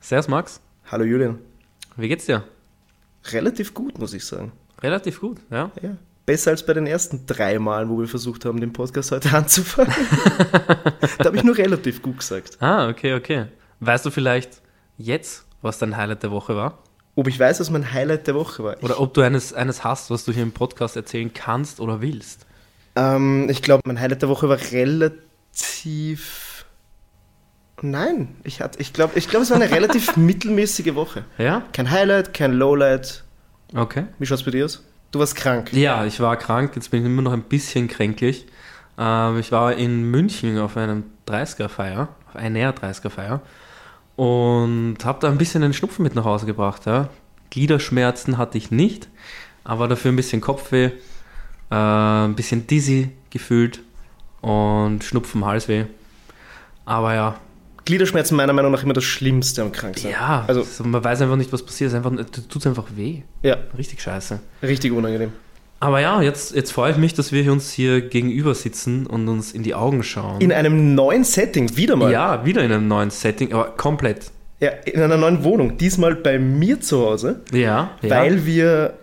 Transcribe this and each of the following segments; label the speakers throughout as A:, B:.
A: Servus Max,
B: Hallo Julian.
A: wie geht's dir?
B: Relativ gut, muss ich sagen.
A: Relativ gut, ja?
B: Ja. Besser als bei den ersten drei Malen, wo wir versucht haben, den Podcast heute anzufangen. da habe ich nur relativ gut gesagt.
A: Ah, okay, okay. Weißt du vielleicht jetzt, was dein Highlight der Woche war?
B: Ob ich weiß, was mein Highlight der Woche war?
A: Oder ob du eines, eines hast, was du hier im Podcast erzählen kannst oder willst?
B: Ähm, ich glaube, mein Highlight der Woche war relativ. Nein, ich, hatte- ich glaube, ich glaub, es war eine relativ mittelmäßige Woche.
A: Ja?
B: Kein Highlight, kein Lowlight.
A: Okay.
B: Wie schaut's bei dir aus? Du warst krank.
A: Ja, ich war krank, jetzt bin ich immer noch ein bisschen kränklich. Ähm, ich war in München auf einem 30er-Feier, auf einer 30er-Feier und habe da ein bisschen den Schnupfen mit nach Hause gebracht. Ja. Gliederschmerzen hatte ich nicht, aber dafür ein bisschen Kopfweh, äh, ein bisschen dizzy gefühlt und Schnupfen, Halsweh. Aber ja,
B: Gliederschmerzen meiner Meinung nach immer das Schlimmste am Kranksein.
A: ja,
B: Also,
A: also, man weiß einfach nicht, was passiert. Es ist einfach, tut einfach weh.
B: ja,
A: Richtig scheiße.
B: richtig unangenehm.
A: Aber ja, jetzt, jetzt freue ich mich, dass wir uns hier gegenüber sitzen und uns in die Augen schauen.
B: In einem neuen Setting, wieder mal.
A: ja, wieder in einem neuen Setting, aber komplett.
B: Ja, in einer neuen Wohnung. Diesmal bei mir zu Hause,
A: Ja, ja.
B: weil wir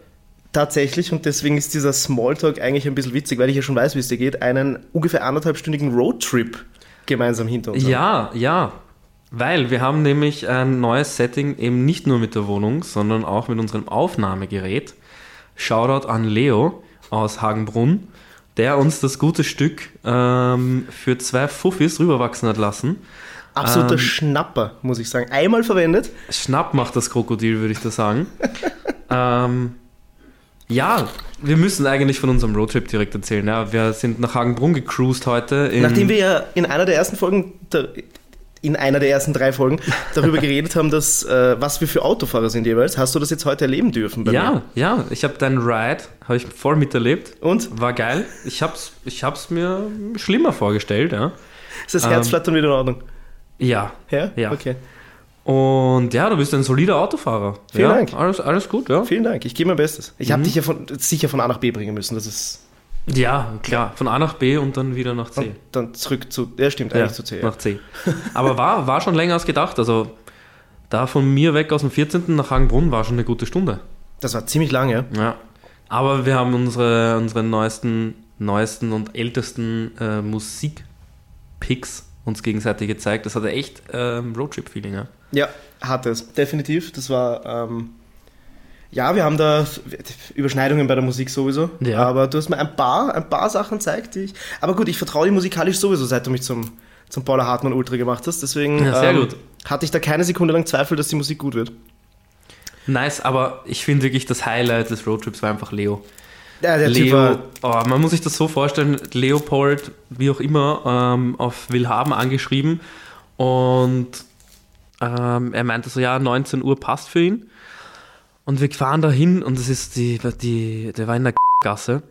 B: tatsächlich, und deswegen ist dieser Smalltalk eigentlich ein bisschen witzig, weil ich ja schon weiß, wie es dir geht, einen ungefähr anderthalbstündigen Roadtrip gemeinsam hinter uns haben.
A: ja, ja. Weil wir haben nämlich ein neues Setting eben nicht nur mit der Wohnung, sondern auch mit unserem Aufnahmegerät. Shoutout an Leo aus Hagenbrunn, der uns das gute Stück ähm, für zwei Fuffis rüberwachsen hat lassen. ähm,
B: Absoluter Schnapper, muss ich sagen. Einmal verwendet.
A: Schnapp macht das Krokodil, würde ich da sagen. ähm, ja, wir müssen eigentlich von unserem Roadtrip direkt erzählen. Ja, wir sind nach Hagenbrunn gecruised heute. In,
B: Nachdem wir ja in einer der ersten Folgen, der, in einer der ersten drei Folgen, darüber geredet haben, dass, äh, was wir für Autofahrer sind jeweils, hast du das jetzt heute erleben dürfen bei mir.
A: ja, ja, ich habe deinen Ride, habe ich voll miterlebt.
B: Und
A: War geil. Ich hab's, ich hab's mir schlimmer vorgestellt, ja.
B: ist das Herz
A: Ähm.
B: flattern wieder in Ordnung?
A: Ja.
B: Ja?
A: Ja.
B: Okay.
A: Und ja, du bist ein solider Autofahrer.
B: Vielen
A: ja,
B: Dank.
A: Alles, alles gut, ja.
B: Vielen Dank, ich gebe mein Bestes. Ich habe dich ja von, sicher von A nach B bringen müssen, das ist
A: Ja, klar. Von A nach B und dann wieder nach C.
B: Und dann zurück zu. Ja, stimmt,
A: Ja,
B: eigentlich zu C. Ja.
A: Nach C. Aber war, war schon länger als gedacht. Also da von mir weg aus dem 14. nach Hagenbrunn war schon eine gute Stunde.
B: Das war ziemlich lange. ja.
A: Ja. Aber wir haben unsere, unsere neuesten, neuesten und ältesten äh, Musik-Picks uns gegenseitig gezeigt. Das hatte echt ähm, Roadtrip-Feeling. Ja.
B: Ja, hat es. Definitiv. Das war. Ähm, ja, wir haben da Überschneidungen bei der Musik sowieso.
A: Ja.
B: Aber du hast mir ein paar, ein paar Sachen gezeigt, die ich. Aber gut, ich vertraue dir musikalisch sowieso, seit du mich zum, zum Paula Hartmann Ultra gemacht hast. Deswegen ähm,
A: Ja, sehr gut.
B: hatte ich da keine Sekunde lang Zweifel, dass die Musik gut wird.
A: Nice, aber ich finde wirklich, das Highlight des Roadtrips war einfach Leo.
B: Ja, der Typ
A: Leo,
B: war.
A: oh, man muss sich das so vorstellen, Leopold, wie auch immer, ähm, auf Willhaben angeschrieben und ähm, er meinte so, ja, 19 Uhr passt für ihn. Und wir fahren da hin und es ist die, die, der war in der Gasse.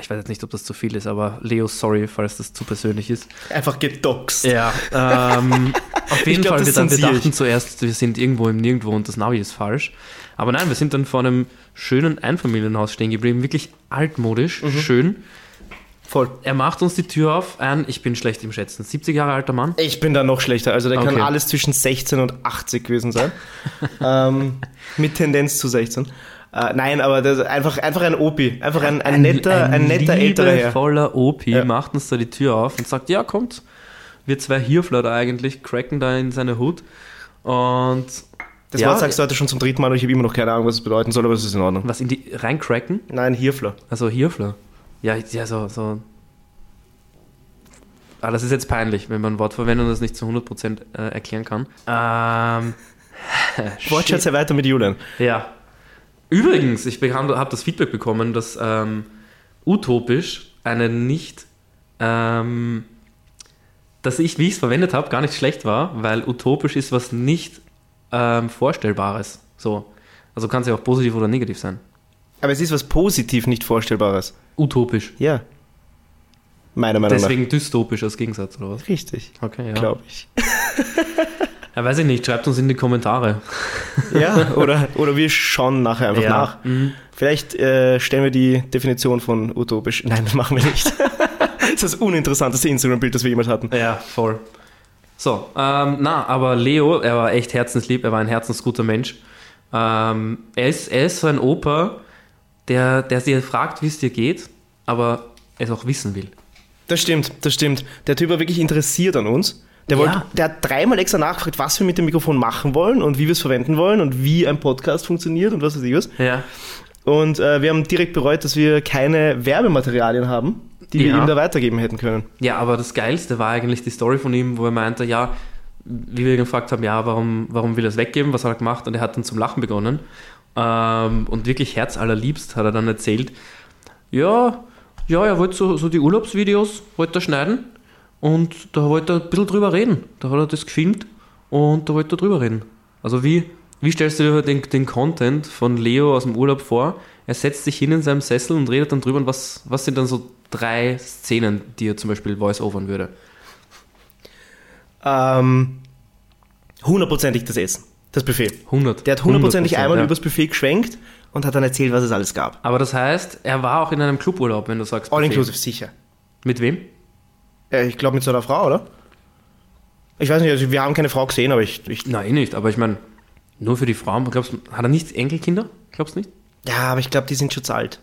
A: Ich weiß jetzt nicht, ob das zu viel ist, aber Leo, sorry, falls das zu persönlich ist.
B: Einfach gedoxt.
A: Ja. Ähm, auf jeden
B: glaub,
A: Fall,
B: das
A: wir, dann, wir
B: zensiere ich.
A: dachten zuerst, wir sind irgendwo im Nirgendwo und das Navi ist falsch. Aber nein, wir sind dann vor einem schönen Einfamilienhaus stehen geblieben, wirklich altmodisch,
B: Mhm.
A: schön.
B: Voll.
A: Er macht uns die Tür auf, ein, ich bin schlecht im Schätzen, 70 Jahre alter Mann.
B: Ich bin da noch schlechter. Also der kann
A: Okay.
B: alles zwischen 16 und 80 gewesen sein. ähm, mit Tendenz zu 16. Äh, nein, aber das ist einfach, einfach ein Opi. Einfach ein, ein netter, ein netter älterer Herr.
A: voller OP
B: Ja.
A: macht uns da die Tür auf und sagt, ja, kommt. Wir zwei Hirfler da eigentlich, cracken da in seine Hut. Und
B: Das
A: ja,
B: Wort sagst du heute schon zum dritten Mal und ich habe immer noch keine Ahnung, was es bedeuten soll, aber es ist in Ordnung.
A: was in die reincracken?
B: Nein, Hirfler.
A: Also Hirfler. Ja, ich- ja so, so. Ah, das ist jetzt peinlich, wenn man ein Wort verwendet und das nicht zu 100% äh, erklären kann. Ähm,
B: Wortschatz erweitert mit Julian.
A: ja. Übrigens, ich habe das Feedback bekommen, dass ähm, utopisch eine nicht, ähm, dass ich, wie ich es verwendet habe, gar nicht schlecht war, weil utopisch ist was nicht ähm, Vorstellbares. So. Also kann es ja auch positiv oder negativ sein.
B: Aber es ist was positiv nicht Vorstellbares.
A: Utopisch.
B: Ja. Meiner Meinung
A: Deswegen dystopisch als Gegensatz oder was?
B: nach. Richtig,
A: Okay, ja.
B: glaube ich.
A: Ja, weiß ich nicht, schreibt uns in die Kommentare.
B: Ja, oder, oder wir schauen nachher einfach
A: Ja. Mhm.
B: nach. Vielleicht äh, stellen wir die Definition von utopisch. Nein, das machen wir nicht. das ist das uninteressanteste Instagram-Bild, das wir jemals hatten.
A: Ja, voll. So, ähm, na, aber Leo, er war echt herzenslieb, er war ein herzensguter Mensch. Ähm, er, ist, er ist so ein Opa, der, der dir fragt, wie es dir geht, aber es auch wissen will.
B: Das stimmt, das stimmt. Der Typ war wirklich interessiert an uns. Der, wollte,
A: Ja.
B: der hat dreimal extra nachgefragt, was wir mit dem Mikrofon machen wollen und wie wir es verwenden wollen und wie ein Podcast funktioniert und was weiß ich was.
A: Ja.
B: Und äh, wir haben direkt bereut, dass wir keine Werbematerialien haben, die wir
A: Ja.
B: ihm da weitergeben hätten können.
A: Ja, aber das Geilste war eigentlich die Story von ihm, wo er meinte, ja, wie wir ihn gefragt haben, ja, warum, warum will er es weggeben, was hat er gemacht? Und er hat dann zum Lachen begonnen. Ähm, und wirklich herzallerliebst hat er dann erzählt, ja, ja, er wollte so, so die Urlaubsvideos wollte er schneiden und da wollte er ein bisschen drüber reden. Da hat er das gefilmt und da wollte er drüber reden. Also wie, wie stellst du dir halt den, den Content von Leo aus dem Urlaub vor? Er setzt sich hin in seinem Sessel und redet dann drüber und was, was sind dann so drei Szenen, die er zum Beispiel voice-overn würde?
B: Ähm, hundertprozentig das Essen, das Buffet.
A: 100.
B: Der hat hundertprozentig
A: 100%,
B: einmal
A: ja.
B: übers Buffet geschwenkt und hat dann erzählt, was es alles gab.
A: Aber das heißt, er war auch in einem Cluburlaub, wenn du sagst.
B: All
A: Buffet.
B: inclusive, sicher.
A: Mit wem?
B: Äh, ich glaube mit so einer Frau, oder? Ich weiß nicht, also wir haben keine Frau gesehen, aber ich, ich
A: Nein, eh nicht, aber ich meine, nur für die Frauen. Glaubst, du, hat er nicht Enkelkinder? Glaubst du nicht?
B: ja, aber ich glaube, die sind schon zu alt.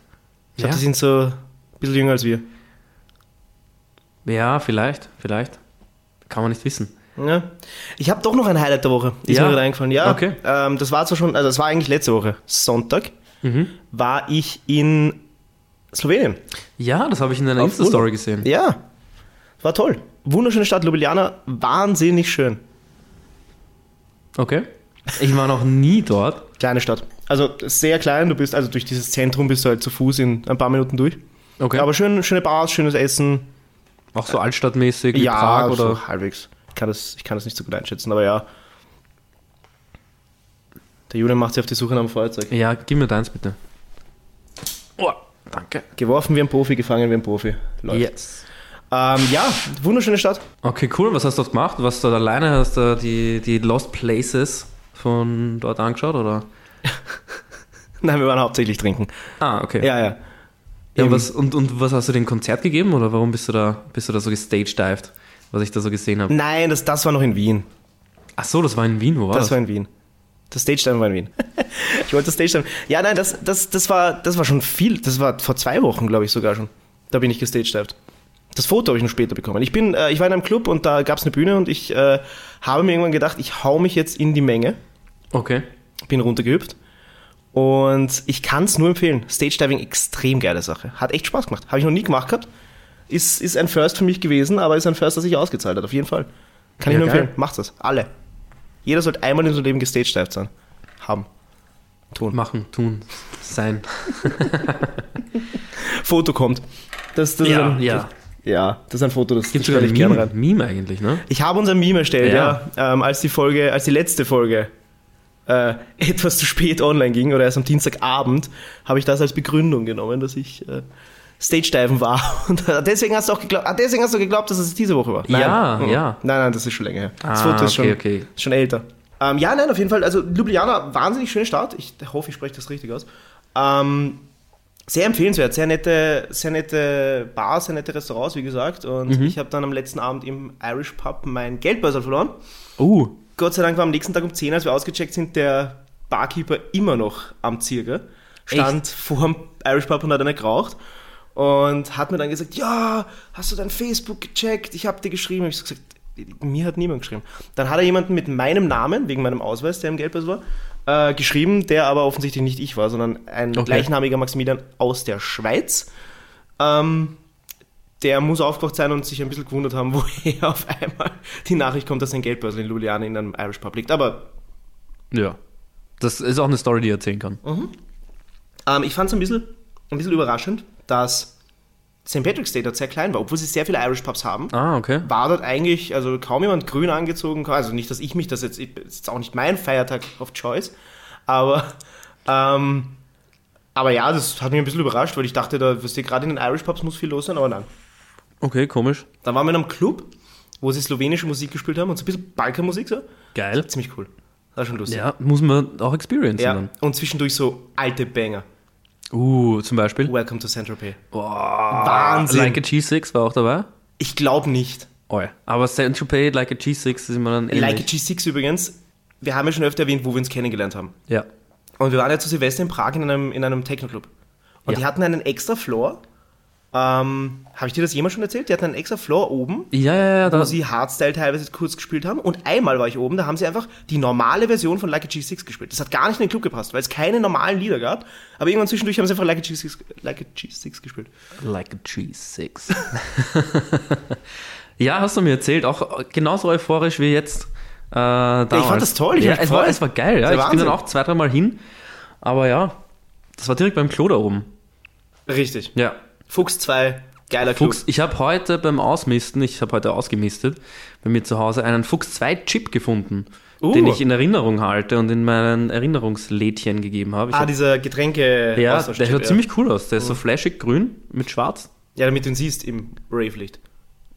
B: Ich glaube,
A: Ja.
B: die sind so ein bisschen jünger als wir.
A: Ja, vielleicht, vielleicht. Kann man nicht wissen.
B: Ja. Ich habe doch noch ein Highlight der Woche. Ist
A: Ja?
B: mir gerade eingefallen. Ja,
A: Okay.
B: ähm, das war zwar schon, also das war eigentlich letzte Woche. Sonntag
A: Mhm.
B: war ich in Slowenien.
A: Ja, das habe ich in deiner
B: Auf
A: Insta-Story
B: Urlaub.
A: gesehen.
B: Ja, war toll. Wunderschöne Stadt, Ljubljana, wahnsinnig schön.
A: Okay. Ich war noch nie dort.
B: Kleine Stadt. Also sehr klein, du bist, also durch dieses Zentrum bist du halt zu Fuß in ein paar Minuten durch.
A: Okay.
B: Aber schön, schöne Bars, schönes Essen.
A: auch so altstadtmäßig wie
B: ja,
A: Prag
B: so
A: oder.
B: halbwegs. Ich kann, das, ich kann das nicht so gut einschätzen, aber ja. Der Julian macht sich auf die Suche nach dem Feuerzeug.
A: Ja, gib mir deins bitte. Oh, danke.
B: Geworfen wie ein Profi, gefangen wie ein Profi. Läuft.
A: Yes.
B: Ähm, ja, wunderschöne Stadt.
A: Okay, cool. Was hast du dort gemacht? Warst du dort alleine? Hast du die, die Lost Places von dort angeschaut oder?
B: Nein, wir waren hauptsächlich trinken.
A: Ah, okay.
B: Ja, ja.
A: Ja,
B: Eben.
A: was, und, und was hast du dem Konzert gegeben oder warum bist du da, bist du da so gestagedived, was ich da so gesehen habe?
B: Nein, das, das war noch in Wien.
A: Ach so, das war in Wien, wo war
B: Das
A: das?
B: war in Wien. Das Stage Time war in Wien. ich wollte das Stage Time. Ja, nein, das, das, das, war, das war schon viel. Das war vor zwei Wochen, glaube ich, sogar schon. Da bin ich gestagedived. Das Foto habe ich noch später bekommen. Ich, bin, äh, ich war in einem Club und da gab es eine Bühne und ich äh, habe mir irgendwann gedacht, ich hau mich jetzt in die Menge.
A: okay.
B: bin runtergehüpft. Und ich kann es nur empfehlen. Stage Diving, extrem geile Sache. Hat echt Spaß gemacht. Habe ich noch nie gemacht gehabt. Ist, ist ein First für mich gewesen, aber ist ein First, das sich ausgezahlt hat, auf jeden Fall. Kann
A: Ja,
B: ich nur
A: geil.
B: empfehlen. Macht das. Alle. Jeder sollte einmal in seinem Leben gestagedived sein. Haben.
A: Machen, tun, sein.
B: Foto kommt. Das, das ist ein,
A: ja.
B: ja, das ist ein Foto, das
A: Gibt
B: das
A: sogar
B: stelle
A: ein
B: ich gerne
A: Meme,
B: rein.
A: Meme eigentlich, ne?
B: Ich habe unser Meme erstellt, ja.
A: Ja.
B: ähm, als die Folge, als die letzte Folge äh, etwas zu spät online ging oder erst am Dienstagabend, habe ich das als Begründung genommen, dass ich äh, Stage-Diven war. Und äh, deswegen hast du auch geglaubt, ah, deswegen hast du geglaubt, dass es diese Woche war.
A: Ja,
B: Mhm.
A: ja.
B: Nein, nein, das ist schon länger her. Das
A: Ah,
B: Foto ist
A: okay,
B: schon,
A: okay.
B: ist schon älter. Ähm, ja, nein, auf jeden Fall. Also Ljubljana, wahnsinnig schöne Stadt. Ich hoffe, ich spreche das richtig aus. Ähm, sehr empfehlenswert, sehr nette, sehr nette Bars, sehr nette Restaurants, wie gesagt. Und
A: Mhm.
B: ich habe dann am letzten Abend im Irish Pub mein Geldbörsel verloren.
A: Uh,
B: Gott sei Dank war am nächsten Tag um 10, als wir ausgecheckt sind, der Barkeeper immer noch am Zirkel. Stand vor dem Irish Pub und hat eine geraucht. Und hat mir dann gesagt, ja, hast du dein Facebook gecheckt? Ich habe dir geschrieben. Ich habe gesagt, mir hat niemand geschrieben. Dann hat er jemanden mit meinem Namen, wegen meinem Ausweis, der im Geldbörse war, äh, geschrieben, der aber offensichtlich nicht ich war, sondern ein
A: Okay.
B: gleichnamiger Maximilian aus der Schweiz. Ähm, der muss aufgewacht sein und sich ein bisschen gewundert haben, woher auf einmal die Nachricht kommt, dass sein Geldbörsel in Ljubljana in einem Irish Pub liegt. Aber
A: ja. Das ist auch eine Story, die er erzählen kann.
B: ähm, ich fand es ein bisschen, ein bisschen überraschend, dass St. Patrick's Day dort sehr klein war, obwohl sie sehr viele Irish Pubs haben.
A: Ah, okay.
B: War dort eigentlich, also kaum jemand grün angezogen, also nicht, dass ich mich das jetzt, ist jetzt auch nicht mein Feiertag of Choice, aber, ähm, aber ja, das hat mich ein bisschen überrascht, weil ich dachte, da, wisst ihr, gerade in den Irish Pubs muss viel los sein, aber nein.
A: Okay, komisch.
B: Dann waren wir in einem Club, wo sie slowenische Musik gespielt haben und so ein bisschen Balkanmusik so.
A: Geil.
B: Ziemlich cool. War schon lustig.
A: Ja, muss man auch experiencen
B: Ja,
A: dann.
B: Und zwischendurch so alte Banger.
A: Uh, zum Beispiel.
B: Welcome to Saint-Tropez.
A: Boah,
B: Wahnsinn.
A: Like a G6 war auch dabei.
B: Ich glaube nicht.
A: Oi. Aber Saint-Tropez, Like a G6 ist immer dann ähnlich.
B: Oh Like a G6 übrigens, wir haben ja schon öfter erwähnt, wo wir uns kennengelernt haben.
A: Ja.
B: Und wir waren ja zu Silvester in Prag in einem, in einem Techno-Club. Und
A: Ja.
B: die hatten einen extra Floor. Ähm, Habe ich dir das jemals schon erzählt? Die hatten einen extra Floor oben,
A: Ja, ja, ja.
B: wo
A: Da,
B: sie Hardstyle teilweise kurz gespielt haben. Und einmal war ich oben, da haben sie einfach die normale Version von Like a G6 gespielt. Das hat gar nicht in den Club gepasst, weil es keine normalen Lieder gab. Aber irgendwann zwischendurch haben sie einfach Like a G6, like a G6 gespielt.
A: like a G6. ja, hast du mir erzählt. Auch genauso euphorisch wie jetzt. Äh, damals.
B: ich fand das toll, ich
A: Ja,
B: hab mich
A: es, war,
B: gefreut.
A: es war geil. Ja.
B: Das
A: Ich
B: war
A: bin dann
B: Wahnsinn.
A: auch zwei, dreimal hin. Aber ja, das war direkt beim Klo da oben.
B: Richtig.
A: Ja.
B: Fuchs 2, geiler Club.
A: Fuchs, ich habe heute beim Ausmisten, ich habe heute ausgemistet, bei mir zu Hause einen Fuchs 2 Chip gefunden,
B: Uh.
A: den ich in Erinnerung halte und in meinen Erinnerungslädchen gegeben habe. Ich
B: Ah,
A: hab-
B: dieser Getränke.
A: Ja, der
B: Austauschchip,
A: schaut
B: ja. Uh.
A: ziemlich cool aus. Der ist so flashig grün mit schwarz.
B: Ja, damit du ihn siehst im Rave-Licht.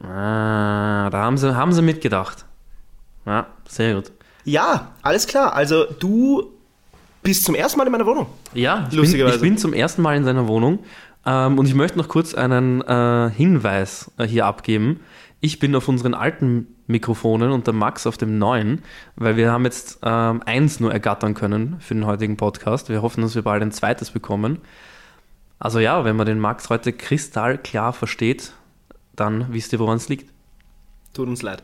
A: Ah, da haben sie, haben sie mitgedacht. Ja, sehr gut.
B: Ja, alles klar. Also du bist zum ersten Mal in meiner Wohnung.
A: Ja, ich bin,
B: Lustigerweise.
A: ich bin zum ersten Mal in seiner Wohnung ähm, und ich möchte noch kurz einen äh, Hinweis äh, hier abgeben. Ich bin auf unseren alten Mikrofonen und der Max auf dem neuen, weil wir haben jetzt ähm, eins nur ergattern können für den heutigen Podcast. Wir hoffen, dass wir bald ein zweites bekommen. Also ja, wenn man den Max heute kristallklar versteht, dann wisst ihr, woran es liegt.
B: Tut uns leid.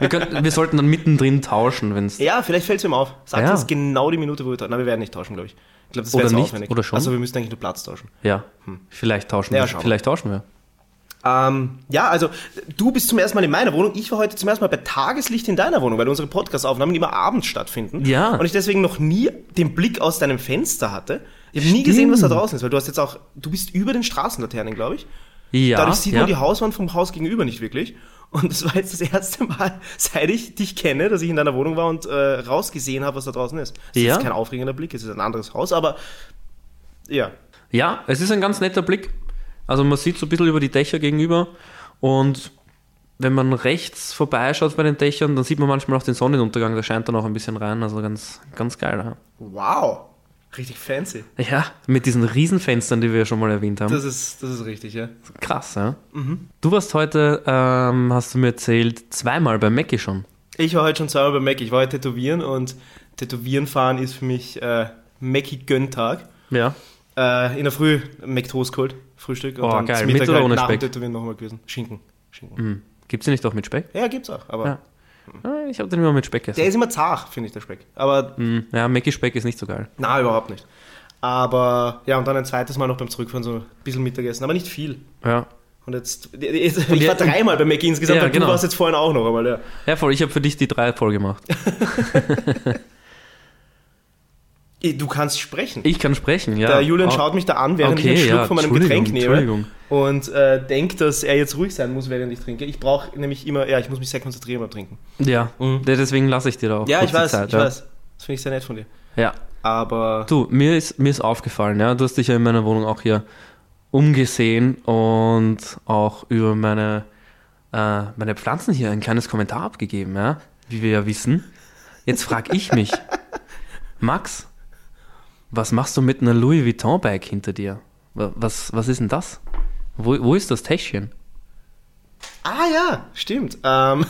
A: Wir, könnten, wir sollten dann mittendrin tauschen, wenn es
B: Ja, vielleicht fällt es ihm auf. Sagt
A: Ja.
B: uns genau die Minute, wo wir tauschen. Na, wir werden nicht tauschen, glaube ich. Ich glaube, das
A: Oder
B: wäre zu
A: nicht,
B: aufwendig.
A: oder schon.
B: Also wir müssen eigentlich nur Platz tauschen.
A: Ja, vielleicht tauschen
B: Ja,
A: wir.
B: schauen wir.
A: Vielleicht tauschen wir.
B: Ähm, ja, also du bist zum ersten Mal in meiner Wohnung. Ich war heute zum ersten Mal bei Tageslicht in deiner Wohnung, weil unsere Podcast-Aufnahmen immer abends stattfinden.
A: Ja.
B: Und ich deswegen noch nie den Blick aus deinem Fenster hatte. Ich habe nie gesehen, was da
A: Stimmt.
B: draußen ist, weil du hast jetzt auch, du bist über den Straßenlaternen, glaube ich.
A: Ja,
B: Dadurch sieht
A: ja.
B: man die Hauswand vom Haus gegenüber nicht wirklich. Und das war jetzt das erste Mal, seit ich dich kenne, dass ich in deiner Wohnung war und äh, rausgesehen habe, was da draußen ist. Das
A: Ja.
B: ist kein aufregender Blick, es ist ein anderes Haus, aber ja.
A: ja, es ist ein ganz netter Blick. Also man sieht so ein bisschen über die Dächer gegenüber und wenn man rechts vorbeischaut bei den Dächern, dann sieht man manchmal auch den Sonnenuntergang, der scheint dann auch ein bisschen rein, also ganz, ganz geil.
B: Wow. Richtig fancy.
A: Ja, ja mit diesen Riesenfenstern, die wir ja schon mal erwähnt haben.
B: Das Mhm. ist, das ist richtig, ja.
A: Krass, ja. Du warst heute, ähm, hast du mir erzählt, zweimal bei Mackie schon.
B: Ich war heute schon zweimal bei Mac. Ich war heute tätowieren und tätowieren fahren ist für mich äh, Mackie-Gönntag.
A: Ja.
B: Äh, in der Früh Mac-Toast geholt, Frühstück. Und
A: Oh,
B: dann
A: geil.
B: zum
A: Mit
B: Mittag
A: oder
B: halt
A: ohne
B: nach dem
A: Speck?
B: Tätowieren nochmal gewesen. Schinken. Schinken.
A: Hm. Gibt sie nicht auch mit Speck?
B: Ja, gibt's auch, aber
A: Ja. Ah, Ich habe den immer mit Speck
B: der
A: gegessen.
B: ist immer zart, finde ich, der Speck. Aber
A: Hm. Ja, Mackie-Speck ist nicht so geil.
B: Na, überhaupt nicht. Aber ja, und dann ein zweites Mal noch beim Zurückfahren so ein bisschen Mittagessen, aber nicht viel.
A: Ja,
B: Und jetzt, jetzt ich war
A: jetzt-
B: dreimal bei Mac insgesamt,
A: Ja,
B: aber
A: genau.
B: du warst jetzt vorhin auch noch einmal, ja.
A: Ja, voll. Ich habe für dich die drei voll gemacht.
B: Eh, Du kannst sprechen.
A: Ich kann sprechen, ja.
B: Der Julian
A: Oh,
B: schaut mich da an, während
A: Okay,
B: ich einen Schluck
A: ja,
B: von meinem
A: Entschuldigung,
B: Getränk nehme
A: Entschuldigung.
B: und äh, denkt, dass er jetzt ruhig sein muss, während ich trinke. Ich brauche nämlich immer, ja, ich muss mich sehr konzentrieren beim Trinken.
A: Ja, der- deswegen lasse ich dir da auch
B: Mhm. Ja,
A: kurz
B: ich
A: die
B: weiß,
A: Zeit,
B: ich
A: ja.
B: weiß. Das finde ich sehr nett von dir.
A: Ja.
B: Aber
A: Du, mir ist, mir ist aufgefallen, ja, du hast dich ja in meiner Wohnung auch hier umgesehen und auch über meine, äh, meine Pflanzen hier ein kleines Kommentar abgegeben, ja, wie wir ja wissen. Jetzt frage ich mich, Max, was machst du mit einer Louis Vuitton-Bag hinter dir? Wa- Was, was ist denn das? Wo, wo ist das Täschchen?
B: ah ja, stimmt. Ähm,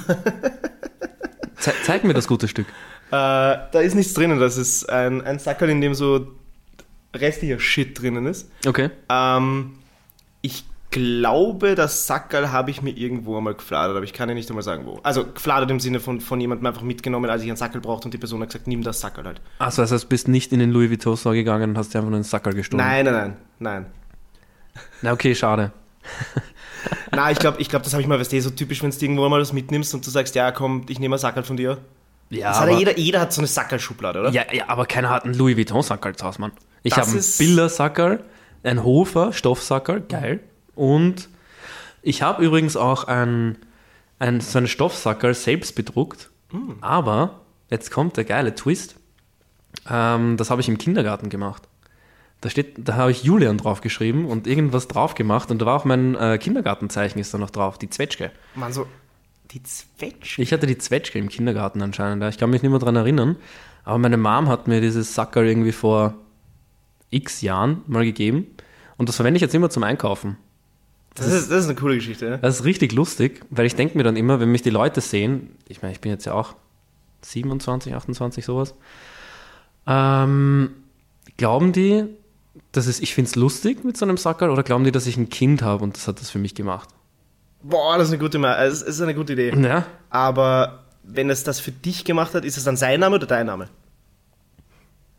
A: Ze zeig mir das gute Stück.
B: Äh, da ist nichts drinnen. Das ist ein, ein Sackerl, in dem so restlicher Shit drinnen ist.
A: Okay.
B: Ähm, ich glaube, das Sackerl habe ich mir irgendwo einmal gefladert, aber ich kann dir nicht einmal sagen, wo. Also gefladert im Sinne von, von jemandem einfach mitgenommen, als ich einen Sackerl brauchte und die Person hat gesagt, nimm das Sackerl halt.
A: Achso, das heißt, du bist nicht in den Louis Vuitton Store gegangen und hast dir einfach nur einen Sackerl gestohlen.
B: Nein, nein, nein, nein.
A: Na, okay, schade.
B: Na, ich glaube, ich glaub, das habe ich mal, weißt du, eh so typisch, wenn du irgendwo mal was mitnimmst und du sagst, ja komm, ich nehme ein Sackerl von dir.
A: Ja,
B: Das hat ja jeder, jeder hat so eine Sackerl-Schublade, oder?
A: ja, ja, aber keiner hat einen Louis Vuitton Sackerl zu Hause, Mann. Ich
B: Das
A: habe einen
B: ist-
A: Biller-Sackerl, einen Hofer Stoffsackerl, geil. Und ich habe übrigens auch ein, ein, so einen Stoffsackerl selbst bedruckt.
B: Hm.
A: Aber jetzt kommt der geile Twist. Ähm, das habe ich im Kindergarten gemacht. Da steht, da habe ich Julian draufgeschrieben und irgendwas drauf gemacht und da war auch mein äh, Kindergartenzeichen ist da noch drauf, die Zwetschge.
B: Mann, so die Zwetschge.
A: Ich hatte die Zwetschge im Kindergarten anscheinend. ja. Ich kann mich nicht mehr dran erinnern. Aber meine Mom hat mir dieses Sackerl irgendwie vor x Jahren mal gegeben. Und das verwende ich jetzt immer zum Einkaufen.
B: Das ist, das ist eine coole Geschichte, ne? ja.
A: Das ist richtig lustig, weil ich denke mir dann immer, wenn mich die Leute sehen, ich meine, ich bin jetzt ja auch 27, 28, sowas, ähm, glauben die, dass es, ich finde es lustig mit so einem Sackerl oder glauben die, dass ich ein Kind habe und das hat das für mich gemacht?
B: Boah, das ist eine gute, Ma- also, das ist eine gute Idee.
A: Ja,
B: Aber wenn es das für dich gemacht hat, ist es dann sein Name oder dein Name?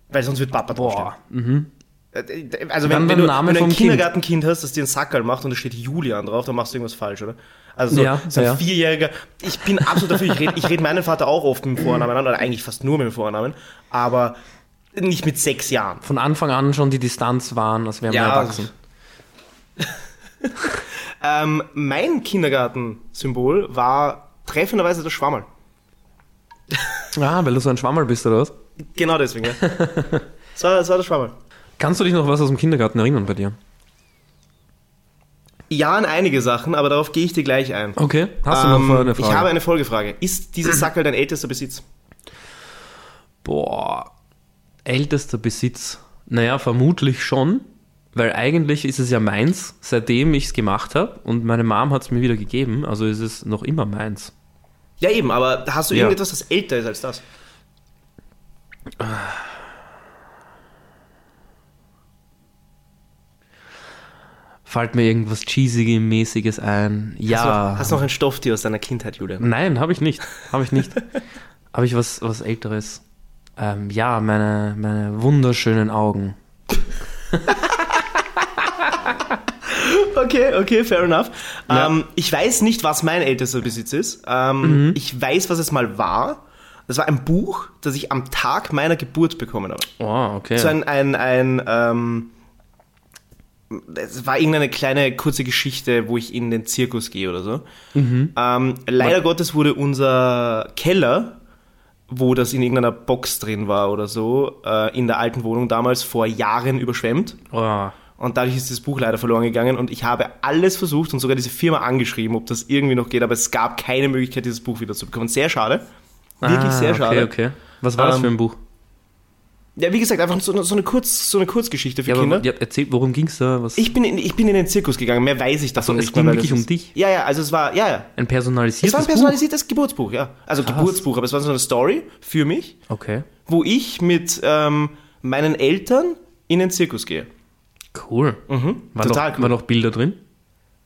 B: Weil sonst wird Papa
A: boah. Mhm.
B: draufstehen. Äh, Also
A: Dann
B: wenn, wenn,
A: beim
B: du,
A: Namen
B: wenn du
A: vom
B: ein
A: Kind.
B: Kindergartenkind hast, das dir einen Sackerl macht und da steht Julian drauf, dann machst du irgendwas falsch, oder? Also so,
A: Ja,
B: so ein
A: ja.
B: Vierjähriger. Ich bin absolut dafür, ich rede ich red meinen Vater auch oft mit dem Vornamen an, oder eigentlich fast nur mit dem Vornamen, aber nicht mit sechs Jahren.
A: Von Anfang an schon die Distanz waren, als wären wir
B: Ja,
A: erwachsen.
B: Ähm, mein Kindergartensymbol war treffenderweise das Schwammerl.
A: Ja, Ah, weil du so ein Schwammerl bist oder was?
B: Genau deswegen, ja. Das war, das war das Schwammerl.
A: Kannst du dich noch was aus dem Kindergarten erinnern bei dir?
B: Ja, an einige Sachen, aber darauf gehe ich dir gleich ein.
A: Okay, hast du noch
B: Ähm,
A: vorher eine Frage? Mhm.
B: Ich habe eine Folgefrage. Ist dieses Sackerl dein ältester Besitz?
A: Boah, ältester Besitz. Naja, vermutlich schon, weil eigentlich ist es ja meins, seitdem ich es gemacht habe und meine Mom hat es mir wieder gegeben, also ist es noch immer meins.
B: Ja, eben, aber hast du
A: Ja.
B: irgendetwas, das älter ist als das?
A: Fällt mir irgendwas Cheesy-mäßiges ein? Ja. Mhm.
B: Also, Hast du noch- Hast du noch ein Stofftier aus deiner Kindheit, Julian?
A: Nein, habe ich nicht. Habe ich nicht. habe ich was, was Älteres? Ähm, ja, meine, meine wunderschönen Augen.
B: Okay, okay, fair enough. Ähm, ich weiß nicht, was mein ältester Besitz ist. Ähm,
A: Mhm.
B: Ich weiß, was es mal war. Das war ein Buch, das ich am Tag meiner Geburt bekommen habe.
A: Oh, okay.
B: So ein, ein, ein ähm, es war irgendeine kleine kurze Geschichte, wo ich in den Zirkus gehe oder so.
A: Mhm.
B: Ähm, leider Gottes wurde unser Keller, wo das in irgendeiner Box drin war oder so, äh, in der alten Wohnung damals vor Jahren überschwemmt.
A: oh.
B: Und dadurch ist das Buch leider verloren gegangen und ich habe alles versucht und sogar diese Firma angeschrieben, ob das irgendwie noch geht, aber es gab keine Möglichkeit, dieses Buch wieder zu bekommen. Sehr schade. Wirklich
A: Ah,
B: sehr schade.
A: Okay, okay. Was war das
B: Ähm,
A: für ein Buch?
B: Ja, wie gesagt, einfach so, so, eine, Kurz, so eine Kurzgeschichte für
A: Ja,
B: Kinder.
A: aber, ja, erzähl, worum ging es da? Was?
B: ne? Ich bin, in, ich bin in den Zirkus gegangen, mehr weiß ich davon
A: Also, es
B: nicht
A: ging
B: mehr. weil
A: wirklich
B: das
A: um
B: ist-
A: dich?
B: Ja, ja, also es war, ja, ja.
A: ein
B: Es
A: personalisiertes
B: war ein
A: Buch?
B: personalisiertes Geburtsbuch, ja. Also Geburtsbuch, aber es war so eine Story für mich,
A: Okay,
B: wo ich mit ähm, meinen Eltern in den Zirkus gehe.
A: cool. Waren
B: Mhm. total
A: noch,
B: cool.
A: Waren noch Bilder drin?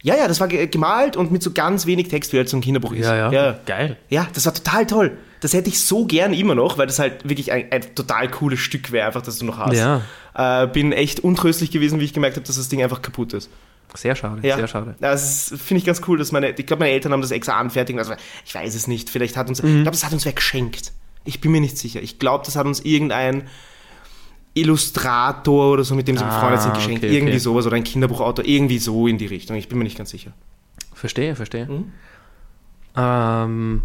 B: Ja, ja, das war ge- gemalt und mit so ganz wenig Text, wie halt so ein Kinderbuch ist. ja.
A: Geil.
B: Ja, das war total toll. Das hätte ich so gern immer noch, weil das halt wirklich ein, ein total cooles Stück wäre, einfach, das du noch hast.
A: Ja.
B: Äh, bin echt untröstlich gewesen, wie ich gemerkt habe, dass das Ding einfach kaputt ist.
A: Sehr schade,
B: Ja.
A: sehr schade.
B: Das finde ich ganz cool, dass meine, ich glaube, meine Eltern haben das extra anfertigen lassen. Ich weiß es nicht. Vielleicht hat uns,
A: Mhm.
B: ich glaube, das hat uns wer geschenkt. Ich bin mir nicht sicher. Ich glaube, das hat uns irgendein Illustrator oder so, mit dem sie befreundet sind,
A: Ah,
B: geschenkt.
A: okay,
B: irgendwie
A: okay.
B: sowas oder ein Kinderbuchautor. Irgendwie so in die Richtung. Ich bin mir nicht ganz sicher.
A: Verstehe, verstehe.
B: Mhm.
A: Ähm,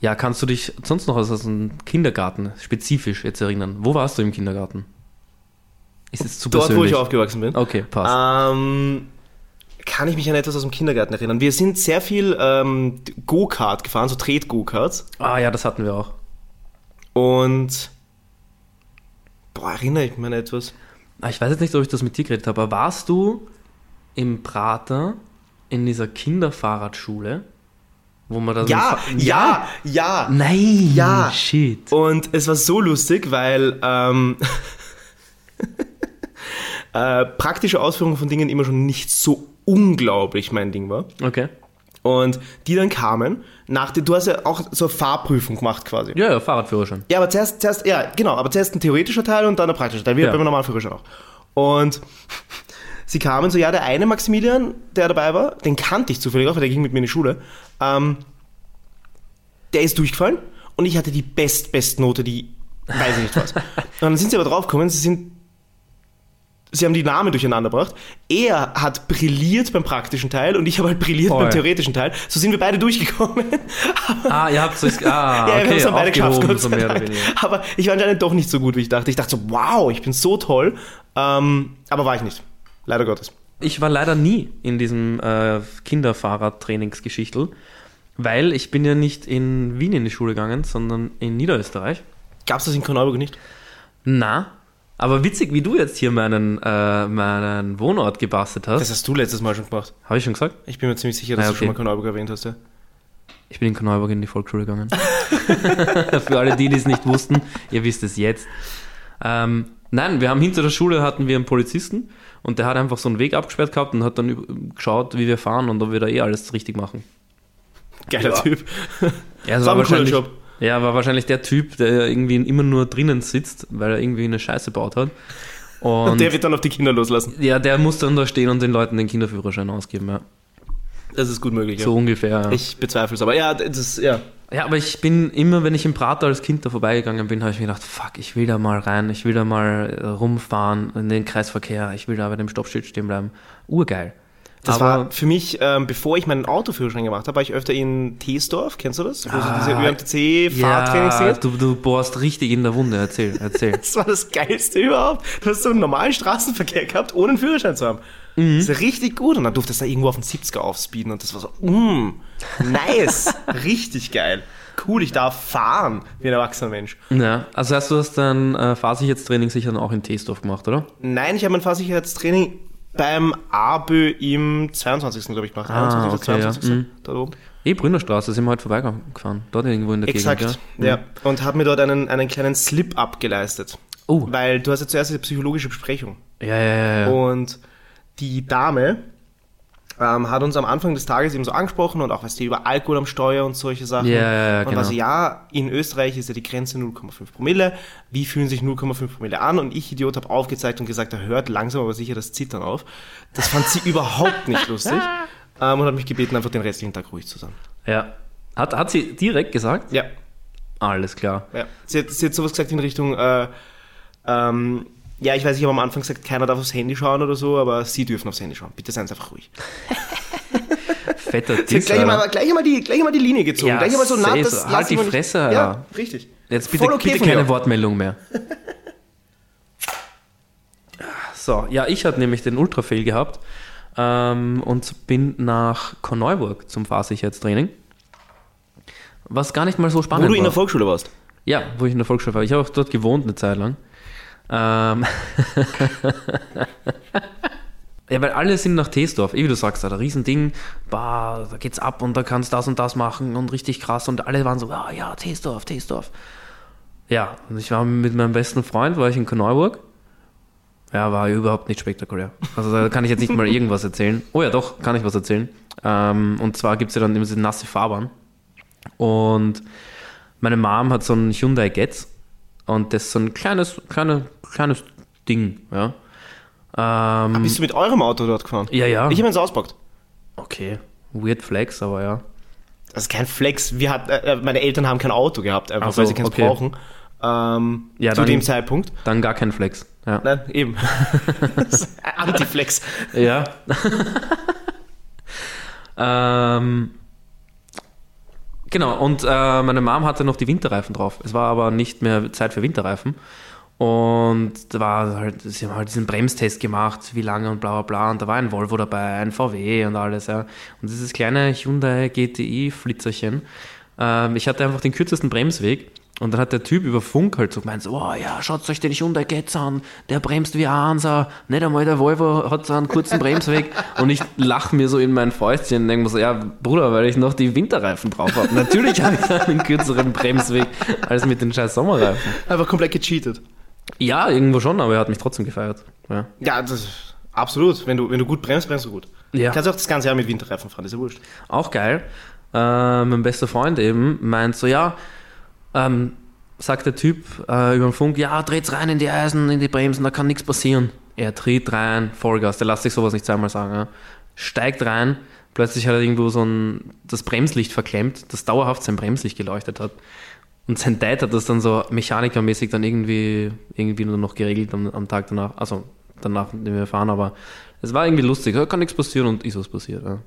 A: ja, kannst du dich sonst noch aus aus dem Kindergarten spezifisch jetzt erinnern? Wo warst du im Kindergarten? Ist jetzt zu
B: Dort, wo
A: persönlich.
B: ich aufgewachsen bin.
A: okay, passt.
B: Ähm, kann ich mich an etwas aus dem Kindergarten erinnern? Wir sind sehr viel ähm, Go-Kart gefahren, so Tret-Go-Karts.
A: Ah. ja, das hatten wir auch.
B: Und. Boah, erinnere ich mich an etwas.
A: Ah, Ich weiß jetzt nicht, ob ich das mit dir geredet habe, aber warst du im Prater in dieser Kinderfahrradschule, wo man da so
B: Ja,
A: ein Fa-
B: ja, ja.
A: Nein,
B: Ja.
A: shit.
B: Und es war so lustig, weil ähm, äh, praktische Ausführung von Dingen immer schon nicht so unglaublich mein Ding war.
A: Okay.
B: Und die dann kamen, nach der, du hast ja auch so eine Fahrprüfung gemacht quasi.
A: Ja, ja, Fahrradführerschein.
B: Ja, aber zuerst, zuerst, ja, genau, aber zuerst ein theoretischer Teil und dann ein praktischer Teil, wie
A: Ja.
B: beim normalen Führerschein auch. Und sie kamen so, ja, der eine Maximilian, der dabei war, den kannte ich zufällig auch, weil der ging mit mir in die Schule, ähm, der ist durchgefallen und ich hatte die best, best Note, die, weiß ich nicht was. und dann sind sie aber draufgekommen, sie sind, sie haben die Namen durcheinander gebracht. Er hat brilliert beim praktischen Teil und ich habe halt brilliert
A: Voll.
B: beim theoretischen Teil. So sind wir beide durchgekommen.
A: Ah, ihr habt euch. Ah,
B: Ja, wir haben
A: okay,
B: es dann beide geschafft,
A: aufgehoben,
B: Gott
A: so
B: sei
A: mehr oder
B: Dank.
A: weniger.
B: Aber ich war anscheinend doch nicht so gut, wie ich dachte. Ich dachte so, wow, ich bin so toll. Ähm, aber war ich nicht. Leider Gottes.
A: Ich war leider nie in diesem äh, Kinderfahrradtrainingsgeschichtel, weil ich bin ja nicht in Wien in die Schule gegangen, sondern in Niederösterreich.
B: Gab es das in Korneuburg nicht?
A: Na, Aber witzig, wie du jetzt hier meinen, äh, meinen Wohnort gebastelt hast.
B: Das hast du letztes Mal schon gemacht.
A: Habe ich schon gesagt?
B: Ich bin mir ziemlich sicher, dass
A: Na,
B: du schon mal
A: okay.
B: Kanalburg erwähnt hast. Ja.
A: Ich bin in Kneuburg in die Volksschule gegangen. Für alle die, die es nicht wussten, ihr wisst es jetzt. Ähm, nein, wir haben hinter der Schule hatten wir einen Polizisten und der hat einfach so einen Weg abgesperrt gehabt und hat dann üb- geschaut, wie wir fahren und ob wir da eh alles richtig machen.
B: Geiler
A: Ja. Hm.
B: Typ.
A: Ja,
B: Das
A: es
B: war
A: war
B: ein cooler
A: wahrscheinlich,
B: Job.
A: ja, war wahrscheinlich der Typ, der irgendwie immer nur drinnen sitzt, weil er irgendwie eine Scheiße baut hat. Und,
B: Und der wird dann auf die Kinder loslassen.
A: ja, der muss dann da stehen und den Leuten den Kinderführerschein ausgeben, ja.
B: Das ist gut möglich. Ja.
A: So ungefähr. Ja.
B: Ich bezweifle es, aber ja, das ist, ja.
A: Ja, aber ich bin immer, wenn ich im Prater als Kind da vorbeigegangen bin, habe ich mir gedacht, fuck, ich will da mal rein, ich will da mal äh, rumfahren in den Kreisverkehr, ich will da bei dem Stoppschild stehen bleiben. Urgeil.
B: Das
A: aber,
B: war für mich, ähm, bevor ich meinen Autoführerschein gemacht habe, war ich öfter in Teesdorf, kennst du das? Wo
A: Ah,
B: so diese ÖMTC-Fahrtrainings
A: ja,
B: sind.
A: du, du bohrst richtig in der Wunde, erzähl, erzähl.
B: Das war das Geilste überhaupt. Du hast so einen normalen Straßenverkehr gehabt, ohne einen Führerschein zu haben.
A: Mhm.
B: Das ist richtig gut. Und dann durftest du da irgendwo auf den 70er aufspeeden und das war so, mm, nice. richtig geil. Cool, ich darf fahren wie ein erwachsener Mensch.
A: ja, also heißt du hast dein äh, Fahrsicherheitstraining sicher dann auch in Teesdorf gemacht, oder?
B: Nein, ich habe mein Fahrsicherheitstraining beim ABÖ im 22. glaube ich gemacht.
A: Ah,
B: 21.
A: okay, ja.
B: 22.
A: Mhm.
B: Da oben.
A: Eh, Brünnerstraße, sind wir heute vorbeigefahren, dort irgendwo in der
B: Exakt,
A: Gegend.
B: ja. Und habe mir dort einen, einen kleinen Slip-Up geleistet.
A: Oh.
B: Weil du hast ja zuerst eine psychologische Besprechung.
A: Ja, ja, ja, ja. ja.
B: Und die Dame ähm, hat uns am Anfang des Tages eben so angesprochen und auch, weißt du, über Alkohol am Steuer und solche Sachen.
A: Ja, ja, ja,
B: und
A: genau.
B: also, ja, in Österreich ist ja die Grenze 0,5 Promille. Wie fühlen sich 0,5 Promille an? Und ich, Idiot, habe aufgezeigt und gesagt, er hört langsam aber sicher das Zittern auf. Das fand sie überhaupt nicht lustig. Ähm, und hat mich gebeten, einfach den restlichen Tag ruhig zu sein.
A: ja. Hat, hat sie direkt gesagt?
B: Ja,
A: Alles klar.
B: ja. Sie hat, sie hat sowas gesagt in Richtung, äh, ähm, ja, ich weiß, ich habe am Anfang gesagt, keiner darf aufs Handy schauen oder so, aber Sie dürfen aufs Handy schauen. Bitte seien Sie einfach ruhig.
A: Fetter
B: Jetzt
A: Diss,
B: gleich,
A: Alter.
B: mal, gleich, mal die, gleich mal die Linie gezogen.
A: Ja,
B: gleich mal so, na,
A: safe.
B: das
A: Halt
B: lass
A: die
B: ich mal nicht-
A: Fresse,
B: Ja,
A: Alter.
B: richtig.
A: Jetzt bitte,
B: Voll okay
A: bitte
B: von
A: keine
B: mir.
A: Wortmeldung mehr. so, ja, ich hatte nämlich den Ultrafail gehabt ähm, und bin nach Korneuburg zum Fahrsicherheitstraining. Was gar nicht mal so
B: Wo
A: spannend
B: du in der
A: war.
B: Volksschule warst.
A: ja, wo ich in der Volksschule war. Ich habe auch dort gewohnt eine Zeit lang. Ähm ja, weil alle sind nach Teesdorf, eh wie du sagst, da Riesending, bah, da geht's ab und da kannst das und das machen und richtig krass und alle waren so, ah ja, Teesdorf, Teesdorf. Ja, und ich war mit meinem besten Freund, war ich in Kneuburg. Ja, war überhaupt nicht spektakulär. Also da kann ich jetzt nicht mal irgendwas erzählen. Oh ja, doch, kann ich was erzählen. Ähm, und zwar gibt's ja dann immer diese nasse Fahrbahn. Und meine Mom hat so einen Hyundai Getz und das ist so ein kleines, kleine, kleines Ding, ja. Ähm,
B: Bist du mit eurem Auto dort gefahren?
A: ja, ja.
B: Ich habe eins ausgepackt.
A: okay. Weird Flex, aber ja.
B: Das ist kein Flex. Wir hat, äh, meine Eltern haben kein Auto gehabt, einfach
A: Ach so,
B: weil sie keins
A: okay.
B: brauchen. Ähm,
A: Ja,
B: zu
A: dann-
B: dem Zeitpunkt.
A: Dann gar kein Flex. Ja.
B: Nein, eben. Anti-Flex.
A: ja. ähm, genau, und äh, meine Mom hatte noch die Winterreifen drauf. Es war aber nicht mehr Zeit für Winterreifen. Und da war halt, sie haben halt diesen Bremstest gemacht, wie lange und bla bla bla. Und da war ein Volvo dabei, ein VW und alles, ja. Und dieses kleine Hyundai GTI-Flitzerchen. Ähm, ich hatte einfach den kürzesten Bremsweg. Und dann hat der Typ über Funk halt so gemeint, so, oh ja, schaut euch den Hyundai Getz an, der bremst wie ein Hansa, nicht einmal der Volvo hat so einen kurzen Bremsweg. und ich lache mir so in mein Fäustchen und denke mir so, ja, Bruder, weil ich noch die Winterreifen drauf habe. Natürlich habe ich einen kürzeren Bremsweg als mit den scheiß Sommerreifen.
B: Einfach komplett gecheatet.
A: Ja, irgendwo schon, aber er hat mich trotzdem gefeiert. Ja.
B: Ja, das absolut. Wenn du, wenn du gut bremst, bremst du gut.
A: Ja.
B: Kannst du auch das ganze Jahr mit Winterreifen fahren, ist ja wurscht.
A: Auch geil. Äh, mein bester Freund eben meint so, ja, ähm, sagt der Typ äh, über den Funk, ja, dreht's rein in die Eisen, in die Bremsen, da kann nichts passieren. Er dreht rein, Vollgas, der lässt sich sowas nicht zweimal sagen. Ja. Steigt rein, plötzlich hat er irgendwo so ein, das Bremslicht verklemmt, das dauerhaft sein Bremslicht geleuchtet hat. Und sein Dad hat das dann so mechanikermäßig dann irgendwie, irgendwie nur noch geregelt am, am Tag danach. Also danach, nachdem wir fahren, aber es war irgendwie lustig. Da kann nichts passieren und ist was passiert. Ja.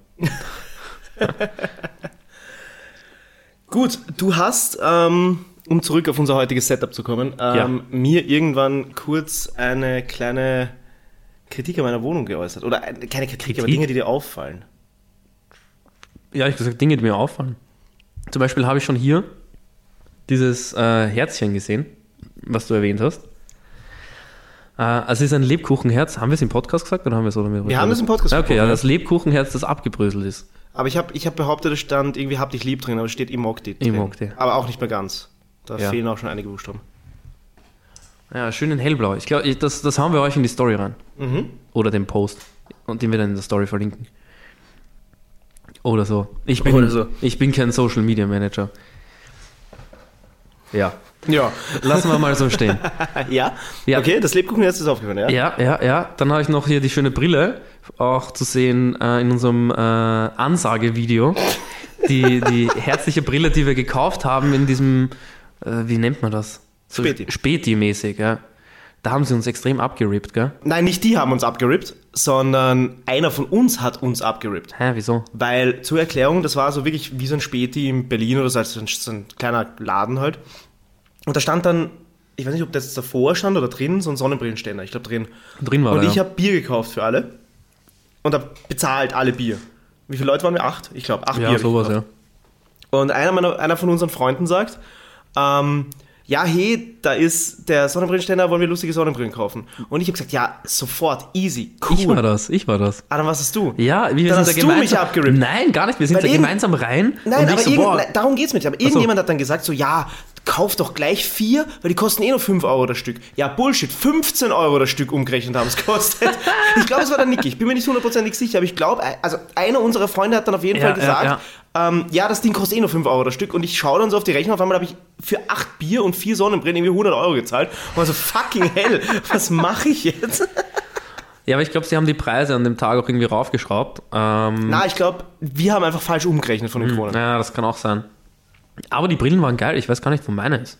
B: Gut, du hast, ähm, um zurück auf unser heutiges Setup zu kommen, ähm,
A: Ja.
B: mir irgendwann kurz eine kleine Kritik an meiner Wohnung geäußert. Oder eine, keine Kritik, aber
A: Kritik?
B: Dinge, die dir auffallen.
A: ja, ich gesagt, Dinge, die mir auffallen. Zum Beispiel habe ich schon hier dieses äh, Herzchen gesehen, was du erwähnt hast. Äh, also es ist ein Lebkuchenherz. Haben wir es im Podcast gesagt oder haben wir es oder
B: Wir haben es im Podcast
A: Okay, ja,
B: besprochen,
A: das Lebkuchenherz, das abgebröselt ist.
B: Aber ich habe ich hab behauptet, es stand irgendwie hab dich lieb drin, aber es steht Imogdi drin.
A: Imogdi.
B: Aber auch nicht mehr ganz. Da
A: Ja.
B: fehlen auch schon einige Buchstaben.
A: Ja, schön in hellblau. Ich glaube, das, das haben wir euch in die Story rein.
B: Mhm.
A: Oder den Post. Und den wir dann in der Story verlinken. Oder so. Ich bin,
B: Oder so.
A: Ich bin kein Social Media Manager. Ja.
B: Mhm. Ja. Äh,
A: Lassen wir mal so stehen.
B: ja.
A: Ja.
B: Okay, das Lebkuchenherz ist aufgefallen, ja?
A: Ja, ja, ja. Dann habe ich noch hier die schöne Brille, auch zu sehen äh, in unserem äh, Ansagevideo. Die, die herzliche Brille, die wir gekauft haben in diesem, äh, wie nennt man das? So
B: Späti.
A: Späti-mäßig, ja. Da haben sie uns extrem abgerippt, gell?
B: Nein, nicht die haben uns abgerippt, sondern einer von uns hat uns abgerippt.
A: Hä, wieso?
B: Weil zur Erklärung, das war so wirklich wie so ein Späti in Berlin oder so, also so ein, so ein kleiner Laden halt. Und da stand dann, ich weiß nicht, ob das jetzt davor stand oder drin, so ein Sonnenbrillenständer, ich glaube drin.
A: Drin war
B: Und
A: der, Ah,
B: ich
A: ja.
B: habe Bier gekauft für alle und habe bezahlt alle Bier. Wie viele Leute waren wir? Acht? Ich glaube, acht Bier. hab
A: Ja,
B: ich
A: sowas,
B: gekauft.
A: ja.
B: Und einer, meiner, einer von unseren Freunden sagt, ähm, ja, hey, da ist der Sonnenbrillenständer, wollen wir lustige Sonnenbrillen kaufen? Und ich habe gesagt, ja, sofort, easy,
A: Ich war
B: cool.
A: das, ich war das.
B: Ah, dann was hast du?
A: Ja, wir
B: Dann
A: sind
B: hast
A: da
B: du
A: gemeinsam.
B: mich abgerippt.
A: Nein, gar nicht. Wir sind
B: Weil
A: da
B: irgend-
A: gemeinsam rein.
B: Nein,
A: und
B: aber
A: ich so,
B: irgend,
A: boah,
B: nein, darum geht's mir nicht. Aber irgendjemand hat dann gesagt, so, ja, kauf doch gleich vier, weil die kosten eh nur 5 Euro das Stück. Ja, Bullshit, 15 Euro das Stück umgerechnet haben es kostet. ich glaube, es war der Niki. Ich bin mir nicht hundertprozentig sicher, aber ich glaube, also einer unserer Freunde hat dann auf jeden
A: Ja,
B: Fall gesagt,
A: ja,
B: Ähm, ja, das Ding kostet eh nur 5 Euro das Stück. Und ich schaue dann so auf die Rechnung, auf einmal habe ich für 8 Bier und 4 Sonnenbrillen irgendwie 100 Euro gezahlt. Und war so, fucking hell, was mache ich jetzt?
A: ja, aber ich glaube, sie haben die Preise an dem Tag auch irgendwie raufgeschraubt. Ähm,
B: Na, ich glaube, wir haben einfach falsch umgerechnet von den Kronen.
A: Hm, ja, das kann auch sein. Aber die Brillen waren geil. Ich weiß gar nicht, wo meine ist.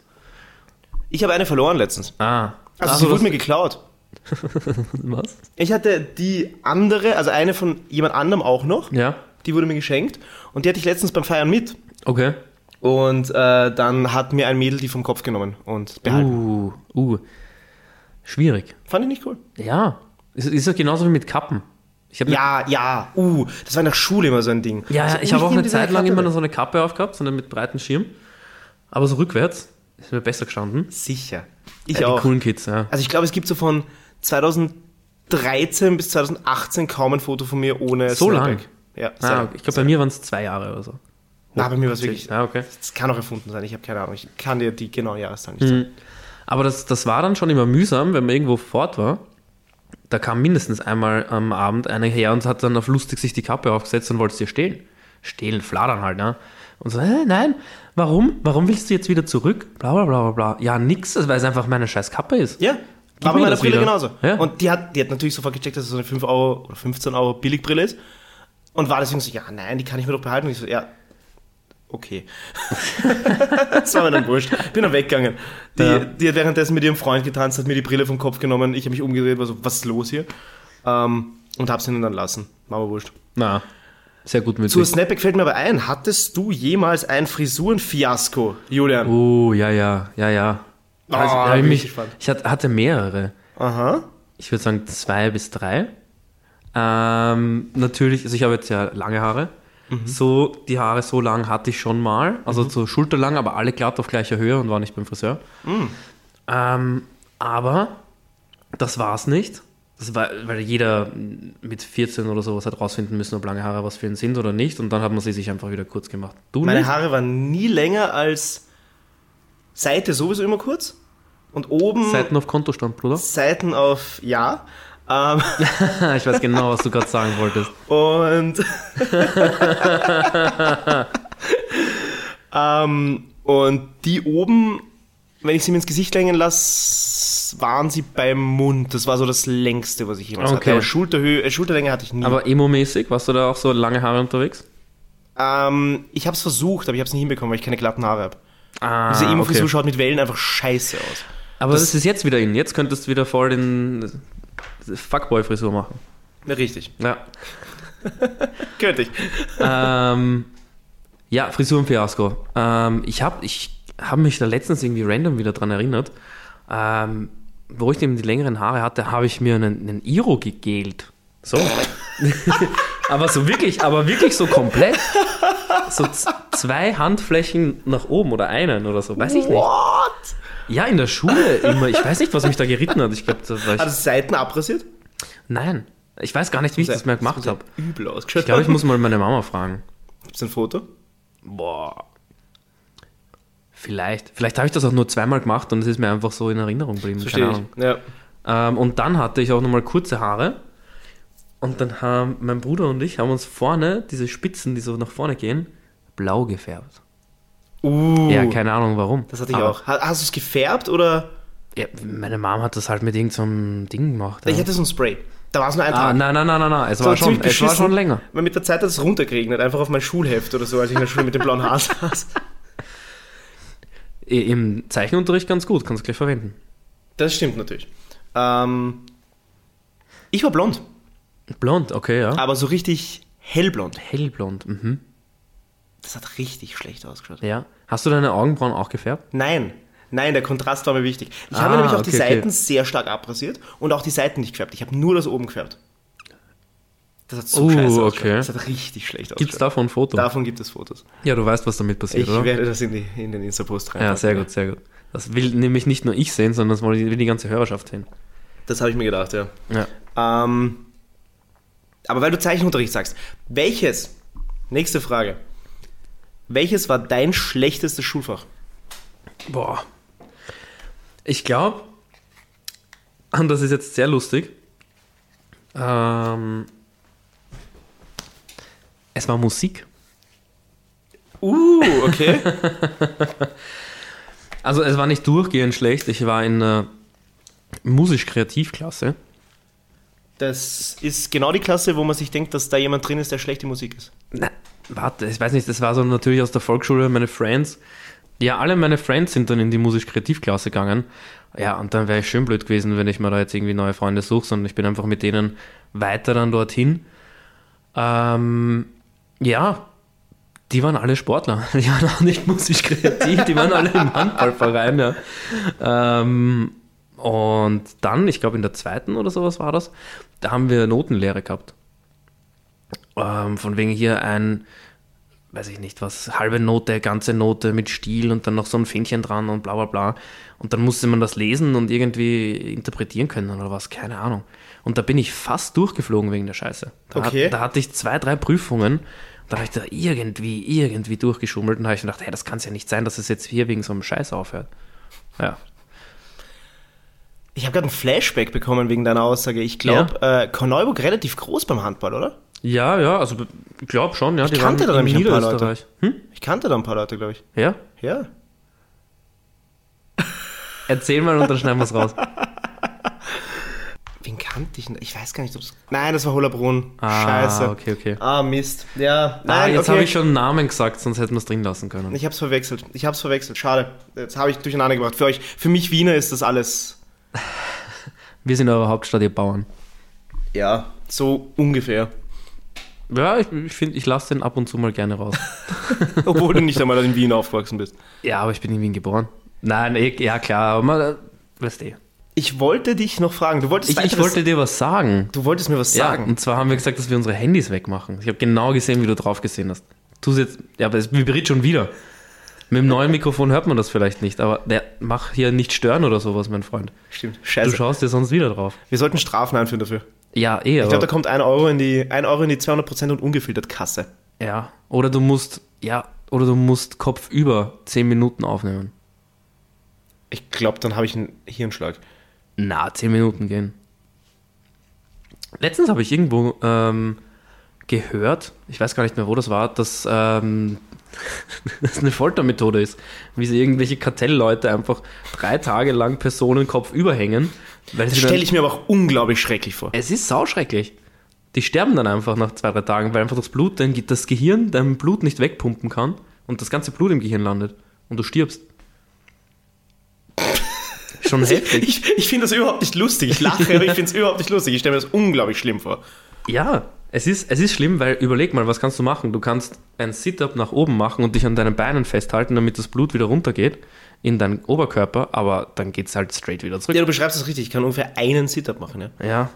B: Ich habe eine verloren letztens.
A: Ah.
B: Also,
A: Ach
B: sie
A: so,
B: wurde mir geklaut.
A: was?
B: Ich hatte die andere, also eine von jemand anderem auch noch,
A: Ja,
B: die wurde mir geschenkt und die hatte ich letztens beim Feiern mit.
A: okay.
B: Und äh, dann hat mir ein Mädel die vom Kopf genommen und behalten.
A: Uh, uh. Schwierig.
B: Fand ich nicht cool.
A: Ja. Ist, ist das genauso wie mit Kappen? Ich habe
B: Ja, ja, uh, das war in der Schule immer so ein Ding.
A: ja,
B: so,
A: ja, ich habe
B: uh,
A: auch
B: nehm
A: eine
B: diese
A: Zeit lang
B: Kappe
A: immer
B: mit.
A: so eine Kappe aufgehabt, sondern mit breiten Schirm. Aber so rückwärts ist mir besser gestanden.
B: Sicher. Ich
A: Ja, die
B: auch.
A: coolen Kids, ja.
B: Also ich glaube, es gibt so von 2013 bis 2018 kaum ein Foto von mir ohne
A: So lang?
B: Snapback. Ja, sehr
A: Ah,
B: lang.
A: ich glaube, bei mir waren es zwei Jahre oder so.
B: Na, bei mir war es wirklich...
A: Ah, okay.
B: Das kann auch erfunden sein, ich habe keine Ahnung. Ich kann dir die genaue Jahreszahl
A: Hm.
B: nicht sagen.
A: Aber das, das war dann schon immer mühsam, wenn man irgendwo fort war. Da kam mindestens einmal am Abend einer her und hat dann auf lustig sich die Kappe aufgesetzt und wollte es dir stehlen. Stehlen, fladern halt, ne? Und so, äh, nein, warum? Warum willst du jetzt wieder zurück? Bla bla bla bla bla. Ja, nix, das- weil es einfach meine scheiß Kappe ist.
B: Ja.
A: Gib
B: War
A: mir
B: bei meiner
A: das
B: Brille
A: wieder.
B: genauso.
A: Ja.
B: Und die hat, die hat natürlich sofort gecheckt, dass es so eine 5 Euro oder 15 Euro Billigbrille ist. Und war deswegen so, ja, nein, die kann ich mir doch behalten. Und ich so, ja, okay. das war mir dann wurscht. Bin dann weggegangen. Die,
A: Ja.
B: die hat währenddessen mit ihrem Freund getanzt, hat mir die Brille vom Kopf genommen. Ich habe mich umgedreht, war so, was ist los hier? Ähm, und hab's ihnen dann lassen. War mir wurscht.
A: Na, sehr gut mit
B: Zur Snapback fällt mir aber ein, hattest du jemals ein Frisurenfiasko, Julian?
A: Oh, ja, ja, ja, ja. Also,
B: Ah,
A: da hab
B: bin
A: ich
B: ich
A: mich,
B: gespannt.
A: ich hat- hatte mehrere.
B: Aha.
A: ich würde sagen zwei bis drei. Ähm, natürlich, also ich habe jetzt ja lange Haare.
B: Mhm.
A: So, die Haare so lang hatte ich schon mal. Also so schulterlang, aber alle glatt auf gleicher Höhe und war nicht beim Friseur.
B: Mhm.
A: Ähm, aber das war's nicht. Das war, weil jeder mit 14 oder sowas hat rausfinden müssen, ob lange Haare was für ihn sind oder nicht. Und dann hat man sie sich einfach wieder kurz gemacht. Du
B: Meine
A: nicht?
B: Haare waren nie länger als Seite sowieso immer kurz und oben
A: Seiten auf Kontostand, Bruder.
B: Seiten auf ja. Ähm,
A: ich weiß genau, was du gerade sagen wolltest.
B: und ähm, und die oben, wenn ich sie mir ins Gesicht längen lasse, waren sie beim Mund. Das war so das längste, was ich jemals hatte.
A: Okay.
B: Aber Schulterhöhe, äh, Schulterlänge hatte ich nie.
A: Aber emo-mäßig, warst du da auch so lange Haare unterwegs?
B: ähm, ich habe es versucht, aber ich habe es nicht hinbekommen, weil ich keine glatten Haare habe.
A: Ah,
B: Diese Emo-Frisur schaut mit Wellen einfach scheiße aus.
A: Aber das, ist jetzt wieder in. Jetzt könntest du wieder voll den Fuckboy-Frisur machen.
B: Na, richtig.
A: Ja.
B: Könnte ich.
A: ähm, ja, Frisurenfiasko. Ähm, ich habe ich hab mich da letztens irgendwie random wieder dran erinnert. Ähm, wo ich eben die längeren Haare hatte, habe ich mir einen, einen Iro gegelt. So. aber so wirklich, aber wirklich so komplett. So z- zwei Handflächen nach oben oder einen oder so, weiß ich nicht.
B: What?
A: Ja, in der Schule immer. Ich weiß nicht, was mich da geritten hat. Ich glaube, da war ich.
B: Hat es Seiten abrasiert?
A: Nein. Ich weiß gar nicht, wie ich das mal gemacht
B: muss ja
A: habe.
B: Übel
A: Ich
B: ausgeschaut.
A: glaube, ich muss mal meine Mama fragen.
B: Gibt es ein Foto?
A: Boah. Vielleicht. Vielleicht habe ich das auch nur zweimal gemacht und es ist mir einfach so in Erinnerung geblieben. Keine
B: Verstehe
A: Ahnung.
B: ich. Ja.
A: Ähm, und dann hatte ich auch nochmal kurze Haare. Und dann haben mein Bruder und ich haben uns vorne, diese Spitzen, die so nach vorne gehen, blau gefärbt.
B: Uh,
A: Ja, Ah. keine Ahnung warum.
B: das hatte ich
A: Aber-
B: auch. Ha- Hast du es gefärbt oder?
A: Ja, meine Mom hat das halt mit irgendeinem Ding gemacht.
B: Ich
A: ja.
B: hatte so ein Spray. Da war es nur ein
A: Ah,
B: Tag.
A: nein, nein, nein, nein, nein. Es war,
B: Das
A: schon,
B: ziemlich
A: es war
B: beschissen,
A: schon länger.
B: Weil mit der Zeit hat es runtergeregnet, einfach auf mein Schulheft oder so, als ich in der Schule mit dem blauen Haar saß.
A: I- Im Zeichenunterricht ganz gut, kannst du gleich verwenden.
B: Das stimmt natürlich. Ähm, ich war blond,
A: Blond, okay, ja.
B: aber so richtig hellblond.
A: Hellblond, mhm.
B: Das hat richtig schlecht ausgeschaut.
A: Ja. Hast du deine Augenbrauen auch gefärbt?
B: Nein, nein, der Kontrast war mir wichtig. Ich
A: Ah,
B: habe nämlich auch die
A: okay, okay.
B: Seiten sehr stark abrasiert und auch die Seiten nicht gefärbt. Ich habe nur das oben gefärbt. Das hat so
A: Uh,
B: scheiße ausgeschaut.
A: okay.
B: Das hat richtig schlecht ausgeschaut.
A: Gibt's davon ein Foto?
B: Davon gibt es Fotos.
A: Ja, du weißt, was damit passiert,
B: Ich
A: oder?
B: werde das in, die, in den Insta-Post rein.
A: ja, sehr gut, sehr gut. Das will nämlich nicht nur ich sehen, sondern das will die- will die ganze Hörerschaft sehen.
B: Das habe ich mir gedacht, ja.
A: Ja.
B: Ähm, aber weil du Zeichenunterricht sagst, welches, nächste Frage, welches war dein schlechtestes Schulfach?
A: Boah. Ich glaube, und das ist jetzt sehr lustig, ähm, es war Musik.
B: Uh, okay.
A: Also es war nicht durchgehend schlecht. Ich war in einer musisch-kreativklasse.
B: das ist genau die Klasse, wo man sich denkt, dass da jemand drin ist, der schlechte Musik ist.
A: Na, warte, ich weiß nicht, das war so natürlich aus der Volksschule, meine Friends. Ja, alle meine Friends sind dann in die musisch-kreativklasse gegangen. Ja, und dann wäre ich schön blöd gewesen, wenn ich mir da jetzt irgendwie neue Freunde suche, sondern ich bin einfach mit denen weiter dann dorthin. Ähm, ja, die waren alle Sportler. Die waren auch nicht musisch-kreativ, die waren alle im Handballverein, ja. Ähm, und dann, ich glaube in der zweiten oder sowas war das, da haben wir Notenlehre gehabt. Ähm, von wegen hier ein, weiß ich nicht was, halbe Note, ganze Note mit Stiel und dann noch so ein Fähnchen dran und bla bla bla. Und dann musste man das lesen und irgendwie interpretieren können oder was, keine Ahnung. Und da bin ich fast durchgeflogen wegen der Scheiße. Da,
B: Okay.
A: hat, da hatte ich zwei, drei Prüfungen. Da habe ich da irgendwie, irgendwie durchgeschummelt und habe ich mir gedacht, hey, das kann es ja nicht sein, dass es jetzt hier wegen so einem Scheiß aufhört. Ja,
B: Ich habe gerade ein Flashback bekommen wegen deiner Aussage. Ich glaube, äh, Korneuburg relativ groß beim Handball, oder?
A: Ja, ja, also ich glaube schon, ja. die
B: kannte da
A: waren in
B: nämlich ein paar
A: Niederösterreich. Hm?
B: Ich kannte da ein paar Leute, glaube ich.
A: Ja?
B: Ja.
A: Erzähl mal und dann schneiden wir es raus.
B: Wen kannte ich denn? Ich weiß gar nicht, ob das. Nein, das war Hollabrunn.
A: Ah,
B: Scheiße.
A: okay, okay.
B: Ah, Mist. Ja,
A: ah,
B: nein,
A: jetzt
B: okay.
A: habe ich schon einen Namen gesagt, sonst hätten wir es drin lassen können.
B: Ich hab's verwechselt. Ich hab's verwechselt. Schade. Jetzt habe ich durcheinander gebracht. Für euch, für mich Wiener ist das alles.
A: Wir sind eure Hauptstadt, ihr Bauern.
B: Ja. So ungefähr.
A: Ja, ich finde, ich, find, ich lasse den ab und zu mal gerne raus.
B: Obwohl du nicht einmal in Wien aufgewachsen bist.
A: ja, aber ich bin in Wien geboren. Nein, eh, ja klar, aber man, äh, weißt du.
B: Ich wollte dich noch fragen. Du wolltest,
A: Ich, ich
B: weiteres-
A: wollte dir was sagen.
B: du wolltest mir was sagen.
A: Ja, und zwar haben wir gesagt, dass wir unsere Handys wegmachen. Ich habe genau gesehen, wie du drauf gesehen hast. Tu's jetzt, ja, aber es vibriert schon wieder. Mit dem neuen Mikrofon hört man das vielleicht nicht, aber der, mach hier nicht stören oder sowas, mein Freund.
B: Stimmt.
A: Du
B: Scheiße.
A: schaust dir sonst wieder drauf.
B: Wir sollten Strafen einführen dafür.
A: Also, Ja, eh,
B: Ich
A: aber,
B: glaube, da kommt ein Euro in die, ein Euro in die 200% und ungefiltert Kasse.
A: ja. Oder du musst, ja, oder du musst Kopf über 10 Minuten aufnehmen.
B: Ich glaube, dann habe ich einen Hirnschlag.
A: Na, 10 Minuten gehen. Letztens habe ich irgendwo ähm, gehört, ich weiß gar nicht mehr, wo das war, dass ähm, das eine Foltermethode ist, wie sie irgendwelche Kartellleute einfach drei Tage lang Personen Kopf überhängen. Weil
B: Das
A: sie dann,
B: stelle ich mir aber auch unglaublich schrecklich vor.
A: es ist sauschrecklich. Die sterben dann einfach nach zwei, drei Tagen, weil einfach das Blut, dein, das Gehirn dein Blut nicht wegpumpen kann und das ganze Blut im Gehirn landet und du stirbst. Schon heftig.
B: Ich, ich finde das überhaupt nicht lustig. Ich lache, aber ich finde es überhaupt nicht lustig. Ich stelle mir das unglaublich schlimm vor.
A: Ja, es ist, es ist schlimm, weil überleg mal, was kannst du machen? Du kannst ein Sit-up nach oben machen und dich an deinen Beinen festhalten, damit das Blut wieder runtergeht in deinen Oberkörper, aber dann geht's halt straight wieder zurück.
B: Ja, du beschreibst es richtig. Ich kann ungefähr einen Sit-Up machen, ja.
A: Ja.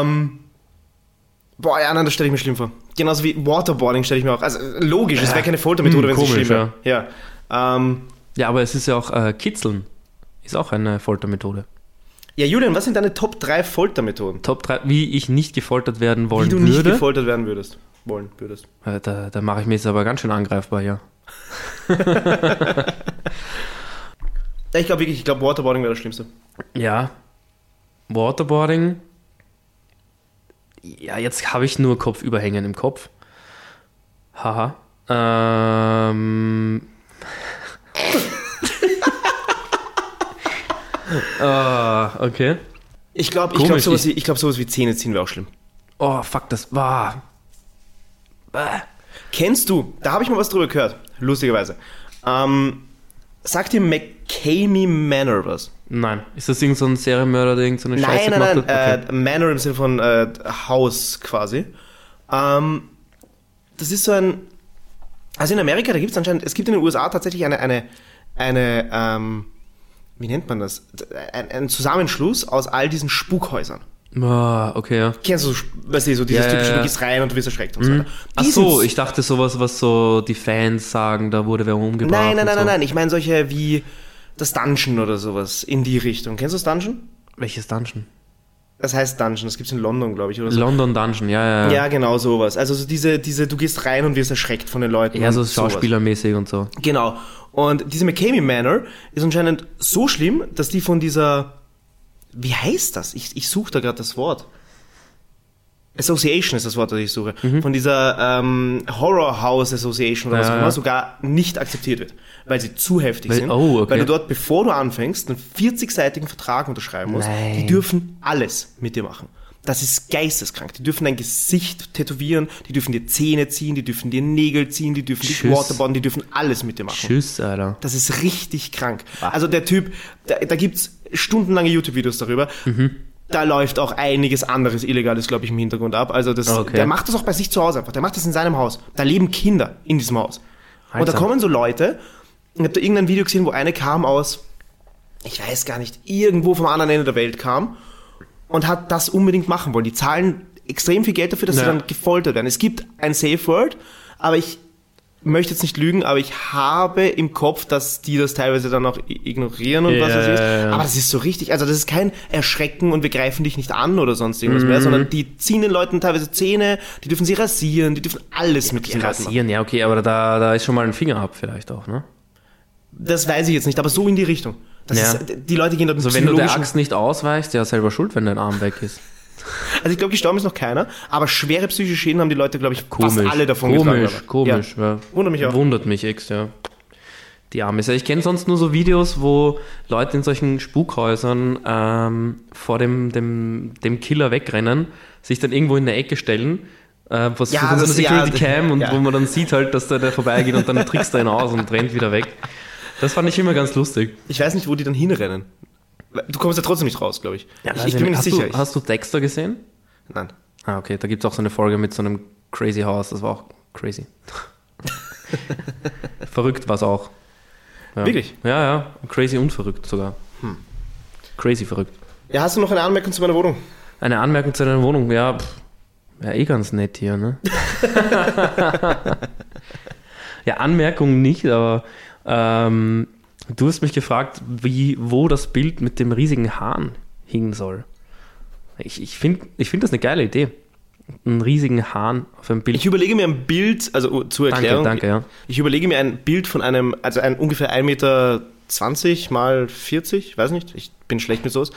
B: Ähm, Boah, ja, nein, das stelle ich mir schlimm vor. Genauso wie Waterboarding stelle ich mir auch. Also logisch, es
A: Ja.
B: wäre keine Foltermethode,
A: Hm,
B: wenn es
A: komisch,
B: nicht schlimm wäre. Ja. Ähm,
A: Ja, aber es ist ja auch äh, Kitzeln. Ist auch eine Foltermethode.
B: ja, Julian, was sind deine Top 3 Foltermethoden,
A: Top 3, wie ich nicht gefoltert werden
B: wie
A: wollen
B: du nicht
A: würde.
B: gefoltert werden würdest? Wollen würdest.
A: Äh, Da, da mache ich mich jetzt aber ganz schön angreifbar, ja.
B: Ja, Ich glaube wirklich, ich glaube, Waterboarding wäre das Schlimmste.
A: Ja. Waterboarding. Ja, jetzt habe ich nur Kopfüberhängen im Kopf. Haha. Ähm. ah, okay.
B: Ich glaube, ich
A: Komisch,
B: glaube, sowas,
A: ich-
B: wie- ich glaub, sowas wie Zähne ziehen wäre auch schlimm.
A: Oh, fuck, das war. Bah.
B: Kennst du, da habe ich mal was drüber gehört, lustigerweise. Ähm, sagt dir McCamey Manor was?
A: Nein, ist das irgendein so ein Serienmörder, der irgendeine so eine Scheiße
B: Nein, nein,
A: gemacht
B: nein.
A: hat?
B: Äh, Manor im Sinne von äh, Haus quasi. Ähm, das ist so ein. Also in Amerika, da gibt es anscheinend, es gibt in den USA tatsächlich eine, eine, eine ähm, wie nennt man das? Ein, ein Zusammenschluss aus all diesen Spukhäusern.
A: Okay, Ah, okay ja.
B: Kennst du, so, weißt du, so dieses
A: Ja, ja,
B: typische,
A: ja. Mhm.
B: du gehst rein und du wirst erschreckt und so weiter.
A: Ach
B: Die
A: so,
B: sind's.
A: ich dachte sowas, was so die Fans sagen, da wurde wer umgebracht.
B: Nein, nein,
A: und
B: nein,
A: so.
B: nein, nein. Ich meine solche wie das Dungeon oder sowas in die Richtung. Kennst du das Dungeon?
A: Welches Dungeon?
B: Das heißt Dungeon, das gibt es in London, glaube ich, oder so.
A: London Dungeon, ja, Also ja.
B: Ja, genau sowas. Also so diese, diese, du gehst rein und wirst erschreckt von den Leuten.
A: Ja, so
B: und sowas.
A: schauspielermäßig und so.
B: Genau. Und diese McCamey Manor ist anscheinend so schlimm, dass die von dieser, wie heißt das? Ich, ich suche da gerade das Wort. Association ist das Wort, das ich suche. Von dieser ähm, Horror House Association oder was
A: Mhm. Ja,
B: auch immer
A: ja.
B: sogar nicht akzeptiert wird, weil sie zu heftig
A: Weil-
B: sind.
A: oh, okay.
B: Weil du dort, bevor du anfängst, einen 40-seitigen Vertrag unterschreiben musst. Die
A: Nein.
B: dürfen alles mit dir machen. Das ist geisteskrank. Die dürfen dein Gesicht tätowieren, die dürfen dir Zähne ziehen, die dürfen dir Nägel ziehen, die dürfen dich
A: Tschüss.
B: waterboarden, die dürfen alles mit dir machen.
A: Tschüss, Alter.
B: Das ist richtig krank. Also der Typ, da, da gibt's stundenlange YouTube-Videos darüber.
A: Mhm.
B: Da läuft auch einiges anderes Illegales, glaube ich, im Hintergrund ab. Also das,
A: Okay.
B: der macht das auch bei sich zu Hause einfach. Der macht das in seinem Haus. Da leben Kinder in diesem Haus. Und da
A: Alter.
B: kommen so Leute. Ich habe da irgendein Video gesehen, wo eine kam aus, ich weiß gar nicht, irgendwo vom anderen Ende der Welt kam und hat das unbedingt machen wollen. Die zahlen extrem viel Geld dafür, dass sie
A: Ja.
B: dann gefoltert werden. Es gibt ein Safe Word, aber ich möchte jetzt nicht lügen, aber ich habe im Kopf, dass die das teilweise dann auch i- ignorieren und was
A: Ja,
B: weiß ich.
A: ja, ja.
B: Aber das ist so richtig. Also das ist kein Erschrecken und wir greifen dich nicht an oder sonst irgendwas
A: Mhm.
B: mehr, sondern die ziehen den Leuten teilweise Zähne, die dürfen sie rasieren, die dürfen alles mit diesen Leuten machen.
A: Rasieren, ja, okay, aber da, da ist schon mal ein Finger ab vielleicht auch, ne?
B: Das weiß ich jetzt nicht, aber so in die Richtung. Das
A: Ja.
B: ist, die Leute gehen dort mit
A: Also wenn du der
B: psychologischen...
A: Axt nicht ausweichst, ja, selber schuld, wenn dein Arm weg ist.
B: Also ich glaube, gestorben ist noch keiner, aber schwere psychische Schäden haben die Leute, glaube ich, fast alle davon getragen.
A: Komisch,
B: aber-
A: komisch. Ja.
B: Wundert mich auch.
A: Wundert mich echt, ja. Die Arme. Ich kenne sonst nur so Videos, wo Leute in solchen Spukhäusern ähm, vor dem, dem, dem Killer wegrennen, sich dann irgendwo in der Ecke stellen, äh, was
B: Ja,
A: von so einer
B: das- ja,
A: Security
B: das-
A: Cam und
B: ja.
A: wo man dann sieht halt, dass da der vorbeigeht und dann trickst er ihn aus und rennt wieder weg. Das fand ich immer ganz lustig.
B: Ja. Ich weiß nicht, wo die dann hinrennen. Du kommst ja trotzdem nicht raus, glaube ich. ich, ich bin mir nicht
A: hast,
B: sicher.
A: Du, hast du Dexter gesehen?
B: ich, nein.
A: Ah, okay, da gibt es auch so eine Folge mit so einem Crazy House, das war auch crazy. verrückt war es auch. Ja.
B: Wirklich?
A: Ja, ja, crazy und verrückt sogar. Hm. Crazy verrückt.
B: Ja, hast du noch eine Anmerkung zu meiner Wohnung?
A: Eine Anmerkung zu deiner Wohnung, ja, pff, ja eh ganz nett hier, ne? ja, Anmerkung nicht, aber ähm, du hast mich gefragt, wie, wo das Bild mit dem riesigen Hahn hingen soll. Ich, ich finde ich find das eine geile Idee. Einen riesigen Hahn auf einem Bild.
B: Ich überlege mir ein Bild, also oh, zur
A: danke,
B: Erklärung.
A: danke, ja.
B: Ich überlege mir ein Bild von einem, also ein ungefähr 1,20 Meter mal 40, weiß nicht, ich bin schlecht mit sowas.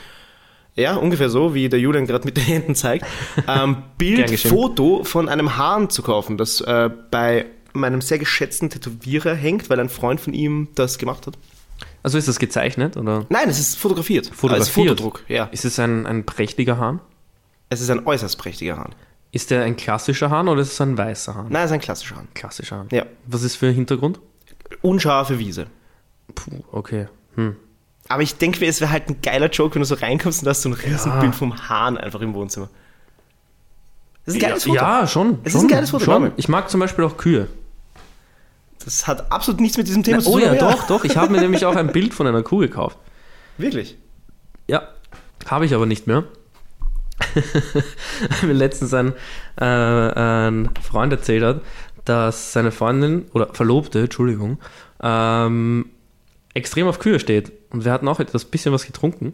B: Ja, ungefähr so, wie der Julian gerade mit den Händen zeigt. Ähm, Bild,
A: Gern geschehen.
B: Foto von einem Hahn zu kaufen, das äh, bei meinem sehr geschätzten Tätowierer hängt, weil ein Freund von ihm das gemacht hat.
A: Also ist das gezeichnet oder
B: Nein, es ist fotografiert. Als
A: fotografiert?
B: Fotodruck, ja.
A: Ist es ein, ein prächtiger Hahn?
B: Es ist ein äußerst prächtiger Hahn.
A: Ist der ein klassischer Hahn oder ist es ein weißer Hahn?
B: Nein, es ist ein klassischer Hahn.
A: Klassischer Hahn.
B: Ja.
A: Was ist für ein Hintergrund?
B: Unscharfe Wiese.
A: Puh, okay. Hm.
B: Aber ich denke mir, es wäre halt ein geiler Joke, wenn du so reinkommst und hast so ein Riesenbild
A: Ja.
B: vom Hahn einfach im Wohnzimmer. Das ist ein geiles
A: ja,
B: Foto.
A: ja, schon.
B: Es ist
A: schon,
B: ein geiles Foto,
A: Schon.
B: glaube
A: Ich mag zum Beispiel auch Kühe.
B: Das hat absolut nichts mit diesem Thema zu
A: oh
B: tun.
A: ja,
B: aber
A: doch, doch. Ich habe mir nämlich auch ein Bild von einer Kuh gekauft.
B: Wirklich.
A: Ja, habe ich aber nicht mehr. mir letztens ein, äh, ein Freund erzählt hat, dass seine Freundin oder Verlobte, Entschuldigung, ähm, extrem auf Kühe steht. Und wir hatten auch etwas bisschen was getrunken.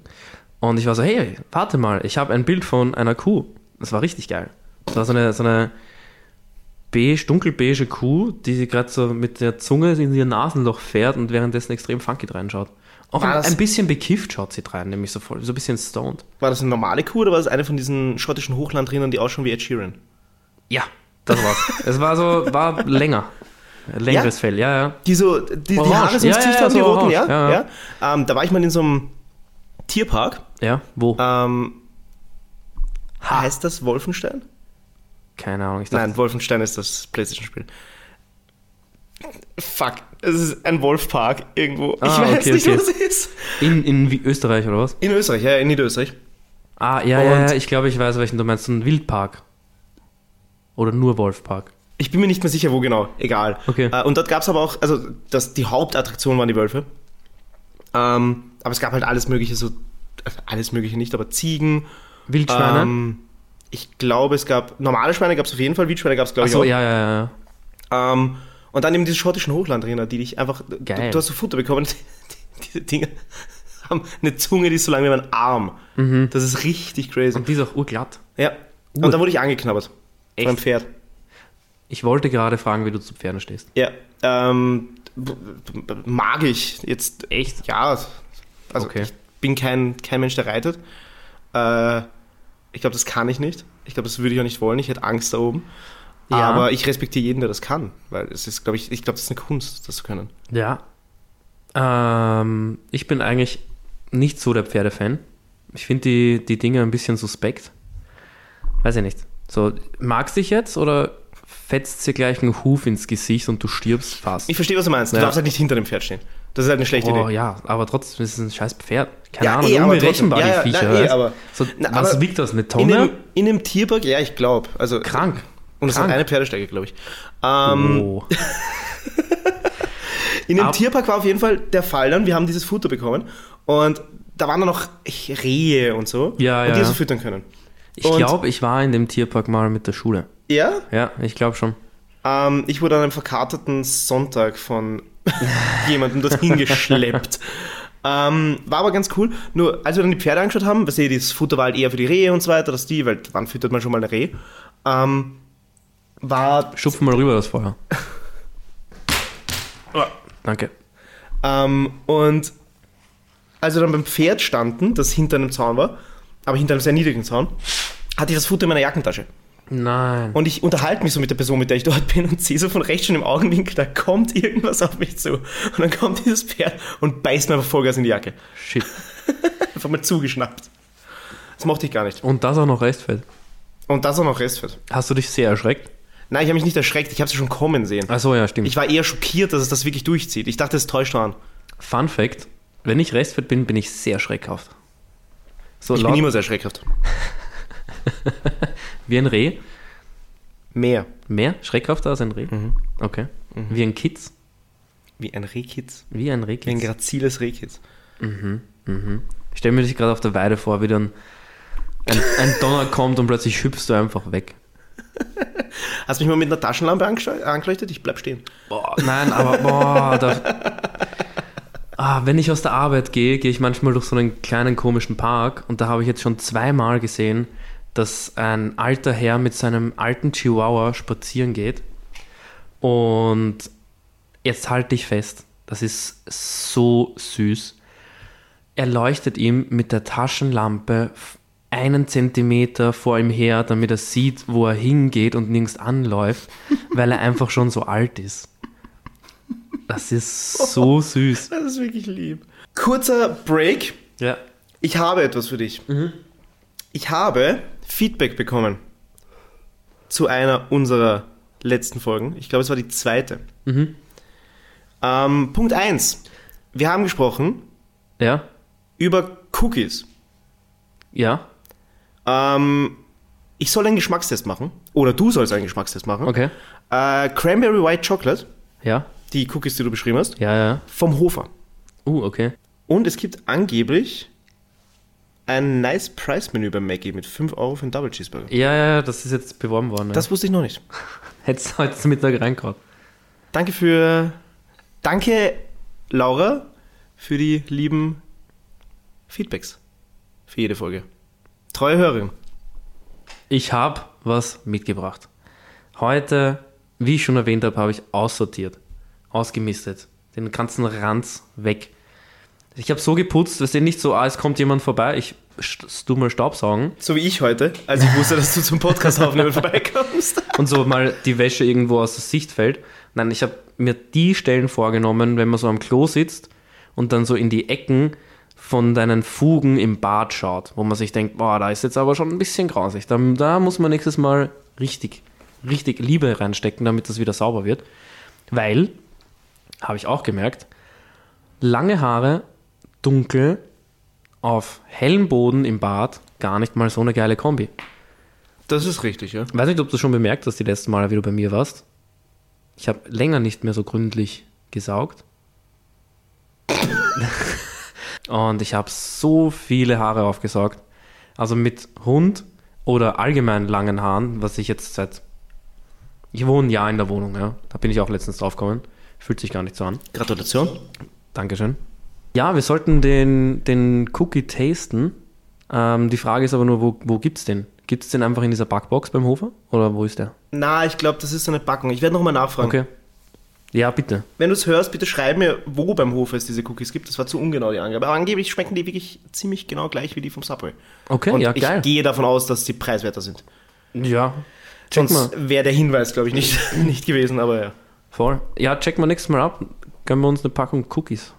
A: Und ich war so, hey, warte mal, ich habe ein Bild von einer Kuh. Das war richtig geil. Das war so eine, so eine beige, dunkelbeige Kuh, die sie gerade so mit der Zunge in ihr Nasenloch fährt und währenddessen extrem funky reinschaut. Auch
B: War
A: ein,
B: das-
A: ein bisschen bekifft schaut sie drein, nämlich so voll, so ein bisschen stoned.
B: War das eine normale Kuh oder war das eine von diesen schottischen Hochlandrinnern, die ausschauen wie Ed Sheeran?
A: Ja, das war's. es war so, war länger. Längeres Fell, ja, ja.
B: Die so, die, die
A: Orange.
B: Haare sind
A: Ja, ja,
B: ja,
A: ja,
B: und die
A: so
B: roten,
A: orange.
B: ja?
A: Ja,
B: ja,
A: ja.
B: Ähm, da war ich mal in so einem Tierpark.
A: Ja, wo?
B: Ähm,
A: Ha.
B: heißt das Wolfenstein?
A: Keine Ahnung. Ich dachte,
B: Nein, Wolfenstein ist das Playstation-Spiel. Fuck, es ist ein Wolfpark irgendwo. ich
A: Ah,
B: weiß
A: okay,
B: nicht,
A: okay.
B: wo es ist.
A: in, in wie Österreich oder was?
B: In Österreich, ja, in Niederösterreich.
A: Ah, ja, ja,
B: Und-
A: ja, ich glaube, ich weiß, welchen du meinst. So ein Wildpark. Oder nur Wolfpark.
B: Ich bin mir nicht mehr sicher, wo genau. Egal.
A: Okay.
B: Äh, und dort gab es aber auch, also das, die Hauptattraktion waren die Wölfe. Ähm, aber es gab halt alles Mögliche, so also alles Mögliche nicht, aber Ziegen.
A: Wildschweine?
B: Ähm, ich glaube, es gab normale Schweine gab es auf jeden Fall, Wildschweine gab es glaube ich
A: Achso,
B: auch.
A: ja, ja, ja, ja.
B: Ähm, und dann eben diese schottischen Hochlandrinder, die dich einfach, du,
A: Geil.
B: du hast so Futter bekommen. Die, diese Dinger haben eine Zunge, die ist so lang wie mein Arm.
A: Mhm.
B: Das ist richtig crazy.
A: Und die ist auch urglatt.
B: Ja. Und dann wurde ich angeknabbert. Echt? Von einem Pferd.
A: Ich wollte gerade fragen, wie du zu Pferden stehst.
B: Ja, ähm, b- b- mag ich jetzt.
A: Echt?
B: Ja, also
A: Okay.
B: ich bin kein, kein Mensch, der reitet. Äh, ich glaube, das kann ich nicht. Ich glaube, das würde ich auch nicht wollen. Ich hätte Angst da oben.
A: Ja.
B: Aber ich respektiere jeden, der das kann, weil es ist, glaube ich, ich glaube, das ist eine Kunst, das zu können.
A: Ja. Ähm, ich bin eigentlich nicht so der Pferdefan. Ich finde die, die Dinge ein bisschen suspekt. Weiß ich nicht. So, magst dich jetzt oder fetzt dir gleich einen Huf ins Gesicht und du stirbst fast?
B: Ich verstehe, was du meinst. Du
A: Ja.
B: darfst halt nicht hinter dem Pferd stehen. Das ist halt eine schlechte
A: Oh
B: Idee.
A: ja, aber trotzdem ist es ein scheiß Pferd. Keine
B: Ja,
A: Ahnung,
B: eh, aber
A: unberechenbar
B: trotzdem. Ja,
A: die
B: ja,
A: Viecher.
B: na, eh,
A: weißt?
B: aber-
A: so,
B: Na,
A: was
B: aber
A: wiegt das, eine
B: In
A: Tonne?
B: einem, in einem Tierpark, ja, ich glaube. Also,
A: Krank.
B: Und es hat
A: krank.
B: eine Pferdestärke, glaube ich. Ähm,
A: oh.
B: In dem
A: Ab-
B: Tierpark war auf jeden Fall der Fall dann, wir haben dieses Futter bekommen und da waren dann noch Rehe und so.
A: Ja,
B: und
A: ja,
B: die hast du
A: ja.
B: füttern können.
A: Ich
B: Und-
A: glaube, ich war in dem Tierpark mal mit der Schule.
B: Ja,
A: Ja, ich glaube schon.
B: ähm, ich wurde an einem verkaterten Sonntag von jemandem dorthin geschleppt. Ähm, war aber ganz cool. Nur, als wir dann die Pferde angeschaut haben, was ihr, dieses Futter war halt eher für die Rehe und so weiter, dass die, weil wann füttert man schon mal eine Reh? Ähm, war,
A: Schupfen mal rüber das Feuer.
B: Oh.
A: Danke.
B: ähm, und als wir dann beim Pferd standen, das hinter einem Zaun war, aber hinter einem sehr niedrigen Zaun, hatte ich das Futter in meiner Jackentasche.
A: Nein.
B: Und ich unterhalte mich so mit der Person, mit der ich dort bin und sehe so von rechts schon im Augenwinkel, da kommt irgendwas auf mich zu. Und dann kommt dieses Pferd und beißt mir einfach Vollgas in die Jacke.
A: Shit.
B: Einfach mal zugeschnappt. Das mochte ich gar nicht.
A: Und das auch noch Restfeld.
B: Und das auch noch Restfett.
A: Hast du dich sehr erschreckt?
B: Nein, ich habe mich nicht erschreckt, ich habe es schon kommen sehen.
A: Achso, ja, stimmt.
B: Ich war eher schockiert, dass es das wirklich durchzieht. Ich dachte, es täuscht nur an.
A: Fun Fact: Wenn ich Restfeld bin, bin ich sehr schreckhaft. So
B: Ich bin
A: laut
B: niemals erschreckhaft.
A: wie ein Reh.
B: Mehr.
A: Mehr schreckhafter als ein Reh?
B: Mhm.
A: Okay. Wie ein Kitz?
B: Wie ein Rehkitz.
A: Wie ein Rehkitz.
B: Wie ein graziles Rehkitz.
A: Ich stelle mir dich gerade auf der Weide vor, wie dann ein, ein Donner kommt und plötzlich hüpfst du einfach weg.
B: Hast mich mal mit einer Taschenlampe angeschle- angeleuchtet? Ich bleib stehen.
A: Boah, nein, aber boah, da, ah, wenn ich aus der Arbeit gehe, gehe ich manchmal durch so einen kleinen komischen Park und da habe ich jetzt schon zweimal gesehen, dass ein alter Herr mit seinem alten Chihuahua spazieren geht und jetzt halt dich fest, das ist so süß. Er leuchtet ihm mit der Taschenlampe f- einen Zentimeter vor ihm her, damit er sieht, wo er hingeht und nirgends anläuft, weil er einfach schon so alt ist. Das ist so süß.
B: Das ist wirklich lieb. Kurzer Break.
A: Ja.
B: Ich habe etwas für dich.
A: Mhm.
B: Ich habe Feedback bekommen zu einer unserer letzten Folgen. Ich glaube, es war die zweite.
A: Mhm.
B: Ähm, Punkt 1. Wir haben gesprochen
A: Ja?
B: über Cookies.
A: Ja?
B: Ähm, ich soll einen Geschmackstest machen. Oder du sollst einen Geschmackstest machen.
A: Okay.
B: Äh, Cranberry White Chocolate,
A: Ja?
B: die Cookies, die du beschrieben hast,
A: Ja, ja.
B: vom Hofer.
A: Uh, okay.
B: Und es gibt angeblich ein nice Price-Menü bei Maggie mit 5 Euro für einen Double Cheeseburger.
A: Ja, ja, ja, das ist jetzt beworben worden.
B: Das wusste ich noch nicht.
A: ja. Hättest du heute zum Mittag reingehauen.
B: Danke für. Danke, Laura, für die lieben Feedbacks. Für jede Folge. Treue Hörerin.
A: Ich habe was mitgebracht. Heute, wie ich schon erwähnt habe, habe ich aussortiert, ausgemistet, den ganzen Ranz weg. Ich habe so geputzt, dass ihr nicht so, ah, es kommt jemand vorbei, ich st- tu mal Staubsaugen
B: So wie ich heute, als ich wusste, dass du zum Podcast aufnehmen vorbeikommst.
A: und so mal die Wäsche irgendwo aus der Sicht fällt. Nein, ich habe mir die Stellen vorgenommen, wenn man so am Klo sitzt und dann so in die Ecken von deinen Fugen im Bad schaut, wo man sich denkt, boah, da ist jetzt aber schon ein bisschen grausig. Da, da muss man nächstes Mal richtig, richtig Liebe reinstecken, damit das wieder sauber wird. Weil, habe ich auch gemerkt, lange Haare, dunkel, auf hellem Boden im Bad, gar nicht mal so eine geile Kombi.
B: Das ist richtig, ja.
A: Weiß nicht, ob du schon bemerkt hast, die letzten Male, wie du bei mir warst. Ich habe länger nicht mehr so gründlich gesaugt. Und ich habe so viele Haare aufgesaugt. Also mit Hund oder allgemein langen Haaren, was ich jetzt seit. Ich wohne ein Jahr in der Wohnung, ja. Da bin ich auch letztens draufgekommen. Fühlt sich gar nicht so an.
B: Gratulation.
A: Dankeschön. Ja, wir sollten den, den Cookie tasten. Ähm, die Frage ist aber nur, wo, wo gibt's den? Gibt's den einfach in dieser Backbox beim Hofer? Oder wo ist der?
B: Na, ich glaube, das ist so eine Packung. Ich werde nochmal nachfragen.
A: Okay. Ja, bitte.
B: Wenn du es hörst, bitte schreib mir, wo beim Hof es diese Cookies gibt. Das war zu ungenau, die Angabe. Aber angeblich schmecken die wirklich ziemlich genau gleich wie die vom Subway.
A: Okay,
B: Und
A: ja,
B: ich
A: geil.
B: gehe davon aus, dass sie preiswerter sind.
A: Ja. Check mal.
B: Sonst wäre der Hinweis, glaube ich, nicht, nicht gewesen, aber ja.
A: Voll. Ja, check mal nächstes Mal ab. Gönnen wir uns eine Packung Cookies.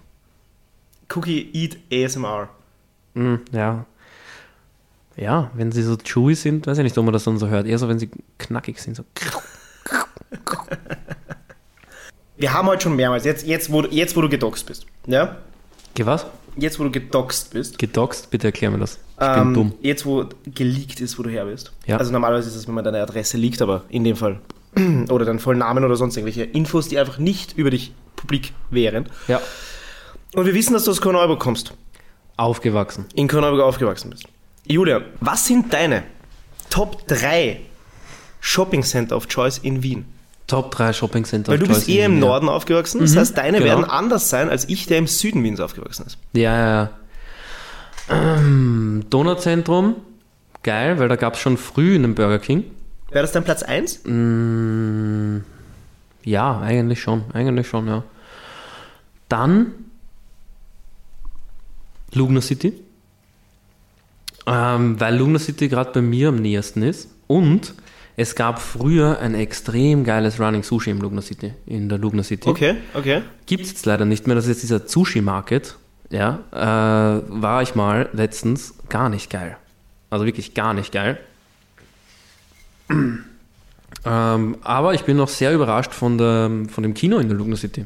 B: Cookie Eat ASMR.
A: Mm, ja. Ja, wenn sie so chewy sind, weiß ich nicht, ob man das dann so hört. Eher so, wenn sie knackig sind. So.
B: Wir haben heute schon mehrmals, jetzt, jetzt, wo, du- jetzt wo du gedoxt bist, ja?
A: Geh was?
B: Jetzt wo du gedoxt bist,
A: Gedoxt? Bitte erklär mir das. Ich bin
B: ähm,
A: dumm.
B: jetzt wo geleakt ist, wo du her bist.
A: Ja.
B: Also normalerweise ist es, wenn man deine Adresse liegt, aber in dem Fall. Oder deinen vollen Namen oder sonst irgendwelche Infos, die einfach nicht über dich publik wären.
A: Ja.
B: Und wir wissen, dass du aus Korneuburg kommst.
A: Aufgewachsen.
B: In Korneuburg aufgewachsen bist. Julia, was sind deine Top 3 Shopping Center of Choice in Wien?
A: Top 3 Shopping Center.
B: Weil du bist eher im Norden aufgewachsen, das heißt, deine
A: genau.
B: werden anders sein als ich, der im Süden Wiens aufgewachsen ist.
A: Ja, ja, ja. Ähm, Donauzentrum. Geil, weil da gab es schon früh einen Burger King.
B: Wäre das dein Platz 1?
A: Ja, eigentlich schon. Eigentlich schon, ja. Dann Lugner City. Ähm, weil Lugner City gerade bei mir am nähersten ist. Und es gab früher ein extrem geiles Running Sushi im Lugner City, in der Lugner City.
B: Okay, okay.
A: Gibt es jetzt leider nicht mehr. Das ist jetzt dieser Sushi-Market. Ja, äh, war ich mal letztens gar nicht geil. Also wirklich gar nicht geil. Ähm, aber ich bin noch sehr überrascht von, der, von dem Kino in der Lugner City.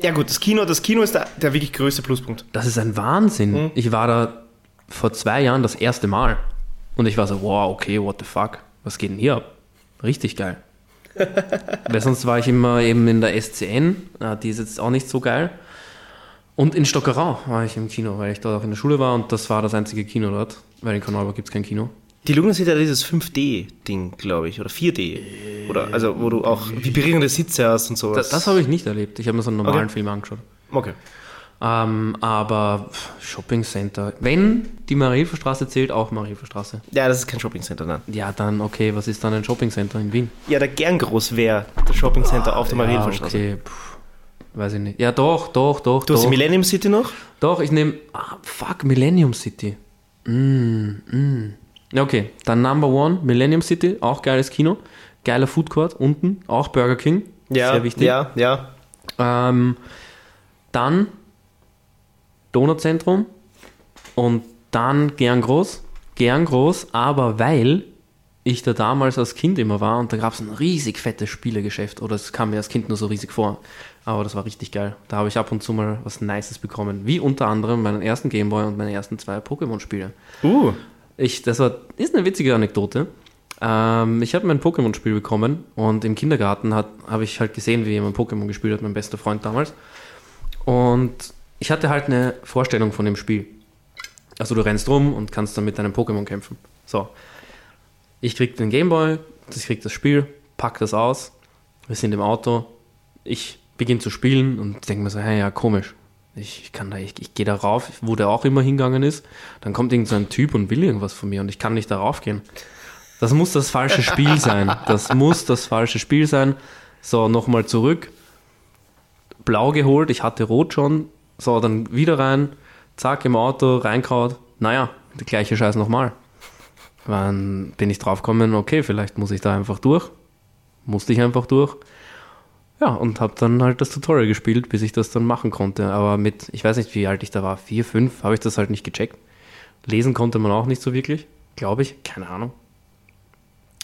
B: Ja gut, das Kino, das Kino ist der, der wirklich größte Pluspunkt.
A: Das ist ein Wahnsinn. Ich war da vor zwei Jahren das erste Mal. Und ich war so, wow, okay, what the fuck? Was geht denn hier ab? Richtig geil. Weil sonst war ich immer eben in der SCN, äh, die ist jetzt auch nicht so geil. Und in Stockerau war ich im Kino, weil ich dort auch in der Schule war und das war das einzige Kino dort, weil in Korneuburg gibt es kein Kino.
B: Die Lugner City hat dieses 5D-Ding, glaube ich, oder 4D. Oder also, wo du auch vibrierende Sitze hast und sowas.
A: Das, das habe ich nicht erlebt. Ich habe mir so einen normalen
B: Okay.
A: Film angeschaut.
B: Okay.
A: Ähm, aber pff, Shopping Center. Wenn die Marienstraße zählt, auch Marienstraße.
B: Ja, das ist kein Shoppingcenter, nein.
A: Ja, dann okay, was ist dann ein Shopping Center in Wien?
B: Ja, der gern groß wäre das Shoppingcenter auf der Marienstraße.
A: Ah, Okay, puh, weiß ich nicht. Ja, doch, doch, doch.
B: Du hast die
A: doch,
B: Millennium City noch?
A: doch, ich nehme. Ah, fuck, Millennium City. Mm, mm. Okay, dann Number One, Millennium City, auch geiles Kino. Geiler Food Court unten, auch Burger King. sehr wichtig.
B: Ja, ja.
A: Ähm, dann Donauzentrum und dann gern groß. Gern groß, aber weil ich da damals als Kind immer war und da gab es ein riesig fettes Spielegeschäft oder es kam mir als Kind nur so riesig vor. Aber das war richtig geil. Da habe ich ab und zu mal was Nices bekommen. Wie unter anderem meinen ersten Gameboy und meine ersten zwei Pokémon-Spiele.
B: Uh,
A: Ich, das war, ist eine witzige Anekdote. Ähm, ich habe mein Pokémon-Spiel bekommen und im Kindergarten hat- habe ich halt gesehen, wie jemand Pokémon gespielt hat, mein bester Freund damals. Und ich hatte halt eine Vorstellung von dem Spiel. Also du rennst rum und kannst dann mit deinem Pokémon kämpfen. So. Ich krieg den Gameboy, ich krieg das Spiel, pack das aus, wir sind im Auto, ich beginne zu spielen und denke mir so, hey, ja, komisch. Ich kann da, ich, ich gehe da rauf, wo der auch immer hingegangen ist. Dann kommt irgend so ein Typ und will irgendwas von mir und ich kann nicht da raufgehen. Das muss das falsche Spiel sein. Das muss das falsche Spiel sein. So, nochmal zurück. Blau geholt, ich hatte Rot schon. So, dann wieder rein. Zack, im Auto, reinkraut. Naja, der gleiche Scheiß nochmal. Dann bin ich draufgekommen, okay, vielleicht muss ich da einfach durch. Musste ich einfach durch. Ja, und habe dann halt das Tutorial gespielt, bis ich das dann machen konnte. Aber mit, ich weiß nicht, wie alt ich da war, vier, fünf, habe ich das halt nicht gecheckt. Lesen konnte man auch nicht so wirklich, glaube ich. Keine Ahnung.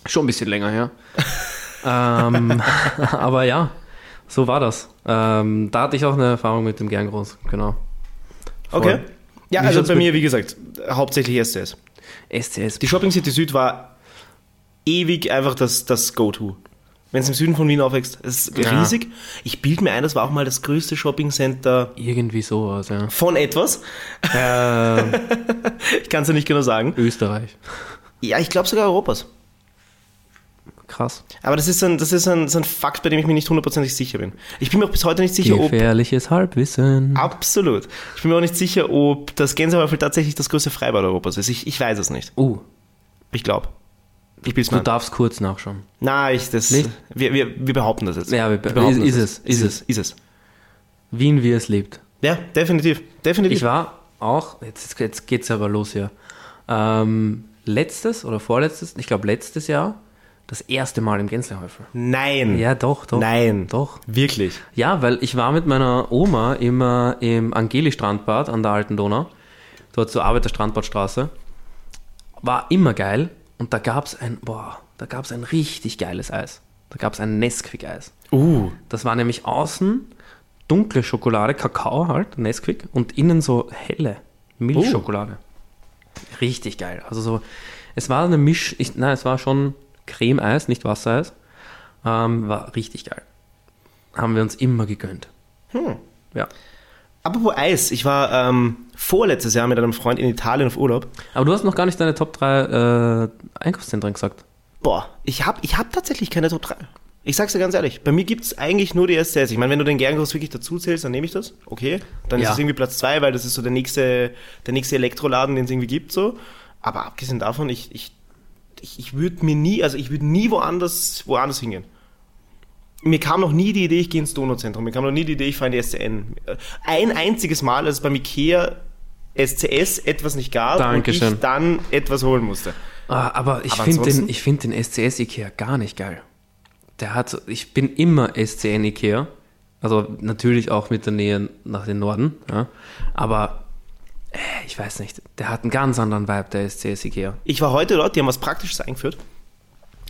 A: Schon ein bisschen länger her. ähm, aber ja, so war das. Ähm, da hatte ich auch eine Erfahrung mit dem Gerngroß, genau. Voll.
B: Okay. Ja,
A: Wie
B: also
A: schaut's
B: bei
A: mit-
B: mir, wie gesagt, hauptsächlich STS.
A: SCS.
B: Die Shopping City Süd war ewig einfach das, das Go-To. Wenn es im Süden von Wien aufwächst, es ist
A: Ja.
B: riesig. Ich bilde mir ein, das war auch mal das größte Shopping Center
A: Irgendwie sowas, ja.
B: von etwas.
A: Ähm,
B: Ich kann es ja nicht genau sagen.
A: Österreich.
B: Ja, ich glaube sogar Europas.
A: Krass.
B: Aber das ist, ein, das ist ein, so ein Fakt, bei dem ich mir nicht hundertprozentig sicher bin. Ich bin mir auch bis heute nicht sicher, ob.
A: Gefährliches
B: Ah.
A: Halbwissen.
B: Absolut. Ich bin mir auch nicht sicher, ob das Gänsehäufel tatsächlich das größte Freibad Europas ist. Ich, ich weiß es nicht.
A: Uh,
B: Ich glaube. Ich bil's
A: du
B: mal. an.
A: darfst kurz nachschauen.
B: Nein, ich, das,
A: Nicht?
B: wir, wir, wir behaupten das jetzt.
A: Ja, wir-
B: behaupten
A: ist- ist
B: das jetzt.
A: es, ist es.
B: Ist es.
A: Wien, wie es lebt.
B: Ja, definitiv. Definitiv.
A: Ich war auch, jetzt, jetzt geht's aber los hier. Ähm, letztes oder vorletztes, ich glaube letztes Jahr, das erste Mal im Gänslehäufel.
B: Nein.
A: Ja, doch, doch.
B: Nein.
A: Doch.
B: Wirklich.
A: Ja, weil ich war mit meiner Oma immer im Angeli-Strandbad an der Alten Donau, dort zur Arbeit der Strandbadstraße. War immer geil und da gab's ein, boah, da gab's ein richtig geiles Eis. Da gab's ein Nesquik-Eis.
B: Uh.
A: Das war nämlich außen dunkle Schokolade, Kakao halt, Nesquik, und innen so helle Milchschokolade. Richtig geil. Also so, es war eine Misch, ich, nein, es war schon Creme-Eis, nicht Wassereis. Ähm, war richtig geil. Haben wir uns immer gegönnt. Ja.
B: Apropos Eis. Ich war ähm, vorletztes Jahr mit einem Freund in Italien auf Urlaub.
A: Aber du hast noch gar nicht deine Top 3 äh, Einkaufszentren gesagt.
B: Boah, ich hab, ich hab tatsächlich keine Top 3. Ich sag's dir ganz ehrlich, bei mir gibt's eigentlich nur die STS. Ich meine, wenn du den Gerngos wirklich dazu zählst, dann nehme ich das. Okay. Dann
A: Ja.
B: ist es irgendwie Platz 2, weil das ist so der nächste, der nächste Elektroladen, den es irgendwie gibt. so. Aber abgesehen davon, ich, ich, ich, ich würde mir nie, also ich würde nie woanders, woanders hingehen. Mir kam noch nie die Idee, ich gehe ins Donauzentrum. Mir kam noch nie die Idee, ich fahre in die SCN. Ein einziges Mal, als es beim Ikea SCS etwas nicht gab und
A: Dankeschön.
B: ich dann etwas holen musste.
A: Ah, aber ich
B: Aber
A: finde den,
B: ansonsten?
A: ich find den SCS Ikea gar nicht geil. Der hat, so- ich bin immer SCN Ikea, also natürlich auch mit der Nähe nach den Norden, ja. aber äh, ich weiß nicht, der hat einen ganz anderen Vibe, der SCS Ikea.
B: Ich war heute dort, die haben was Praktisches eingeführt.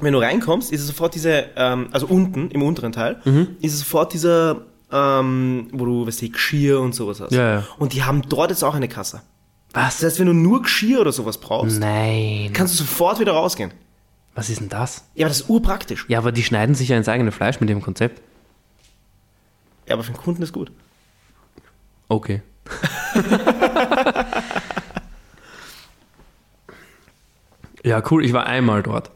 B: Wenn du reinkommst, ist es sofort diese, ähm, also unten, im unteren Teil,
A: Mhm.
B: ist es sofort dieser, ähm, wo du, weißt du, Geschirr und sowas hast.
A: Ja, ja.
B: Und die haben dort jetzt auch eine Kasse. Das
A: Was?
B: heißt, wenn du nur Geschirr oder sowas
A: Mhm.
B: brauchst,
A: Nein.
B: kannst du sofort wieder rausgehen.
A: Was ist denn das?
B: Ja, aber das ist urpraktisch.
A: Ja, aber die schneiden sich ja ins eigene Fleisch mit dem Konzept.
B: Ja, aber für den Kunden ist gut.
A: Okay. ja, cool, ich war einmal dort.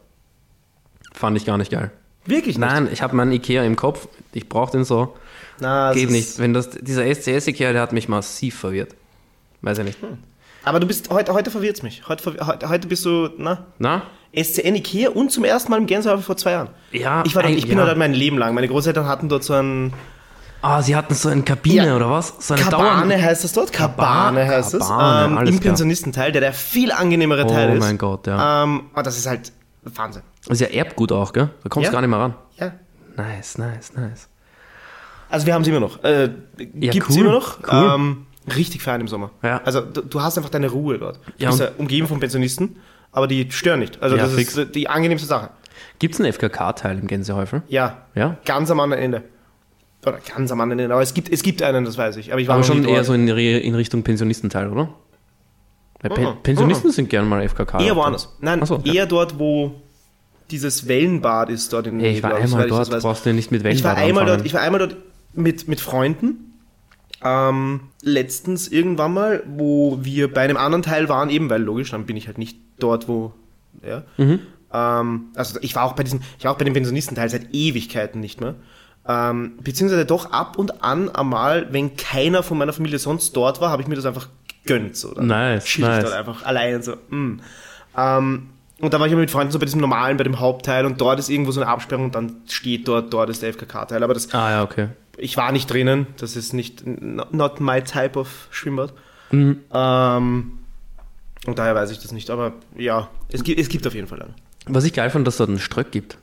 A: Fand ich gar nicht geil.
B: Wirklich nicht.
A: Nein, ich habe meinen Ikea im Kopf. Ich brauche den so.
B: Na, das
A: Geht
B: ist-
A: nicht. Wenn das, dieser SCS Ikea, der hat mich massiv verwirrt. Weiß ich nicht.
B: Hm. Aber du bist, heute, heute verwirrt's mich. Heute, verw- heute, heute bist du, na,
A: Na?
B: SCN Ikea und zum ersten Mal im Gänsehafen vor zwei Jahren.
A: Ja,
B: Ich, war dort,
A: ein-
B: ich bin
A: ja.
B: dort mein Leben lang. Meine Großeltern hatten dort so einen
A: Ah, sie hatten so eine Kabine
B: Ja.
A: oder was? So eine
B: Kabane
A: dauernde-
B: heißt das dort. Kabane
A: Kaba-
B: heißt es.
A: Kabane,
B: Ähm,
A: alles
B: Im
A: klar.
B: Pensionistenteil, der der viel angenehmere Teil
A: Oh
B: ist.
A: mein Gott, ja.
B: Ähm, und das ist halt Wahnsinn.
A: Ist ja Erbgut auch, gell? Da kommst du
B: Ja.
A: gar nicht mehr ran.
B: Ja.
A: Nice, nice, nice.
B: Also wir haben es immer noch. Äh, Gibt es
A: cool,
B: immer noch.
A: cool.
B: Ähm, richtig fein im Sommer.
A: Ja.
B: Also du, du hast einfach deine Ruhe dort. Du
A: Ja,
B: bist
A: und-
B: ja umgeben von Pensionisten, aber die stören nicht. Also
A: Ja,
B: das
A: fix.
B: ist die angenehmste Sache.
A: Gibt's einen FKK-Teil im Gänsehäufel?
B: Ja.
A: Ja.
B: Ganz am anderen Ende. Oder ganz am anderen Ende. Aber es gibt, es gibt einen, das weiß ich. Aber ich war
A: Aber
B: noch nie
A: schon
B: dort.
A: eher so in, Re- in Richtung Pensionistenteil, oder? Weil Pe
B: Mhm.
A: Pensionisten sind gerne mal FKK.
B: Eher woanders. Nein,
A: Ach so, ja.
B: eher dort, wo dieses Wellenbad ist dort in
A: Ey, ich war
B: glaub, soweit
A: einmal
B: ich das
A: dort,
B: weiß.
A: brauchst du nicht mit Wellen
B: ich war einmal dort, ich war einmal dort mit, mit Freunden ähm, letztens irgendwann mal, wo wir bei einem anderen Teil waren, eben weil logisch, dann bin ich halt nicht dort, wo. Ja.
A: Mhm.
B: Ähm, also ich war auch bei diesem, ich war auch bei dem Pensionistenteil seit Ewigkeiten nicht mehr. Ähm, beziehungsweise doch ab und an einmal, wenn keiner von meiner Familie sonst dort war, habe ich mir das einfach gegönnt. So, dann
A: Nice,
B: chill ich
A: nice.
B: dort einfach allein so. Mm. Ähm, und da war ich immer mit Freunden so bei diesem normalen, bei dem Hauptteil und dort ist irgendwo so eine Absperrung und dann steht dort, dort ist der FKK-Teil. Aber das,
A: Ah ja, okay.
B: ich war nicht drinnen, das ist nicht, not my type of Schwimmbad. Ähm, und daher weiß ich das nicht, aber ja, es gibt, es gibt auf jeden Fall einen.
A: Was ich geil fand, dass es dort einen Ströck gibt.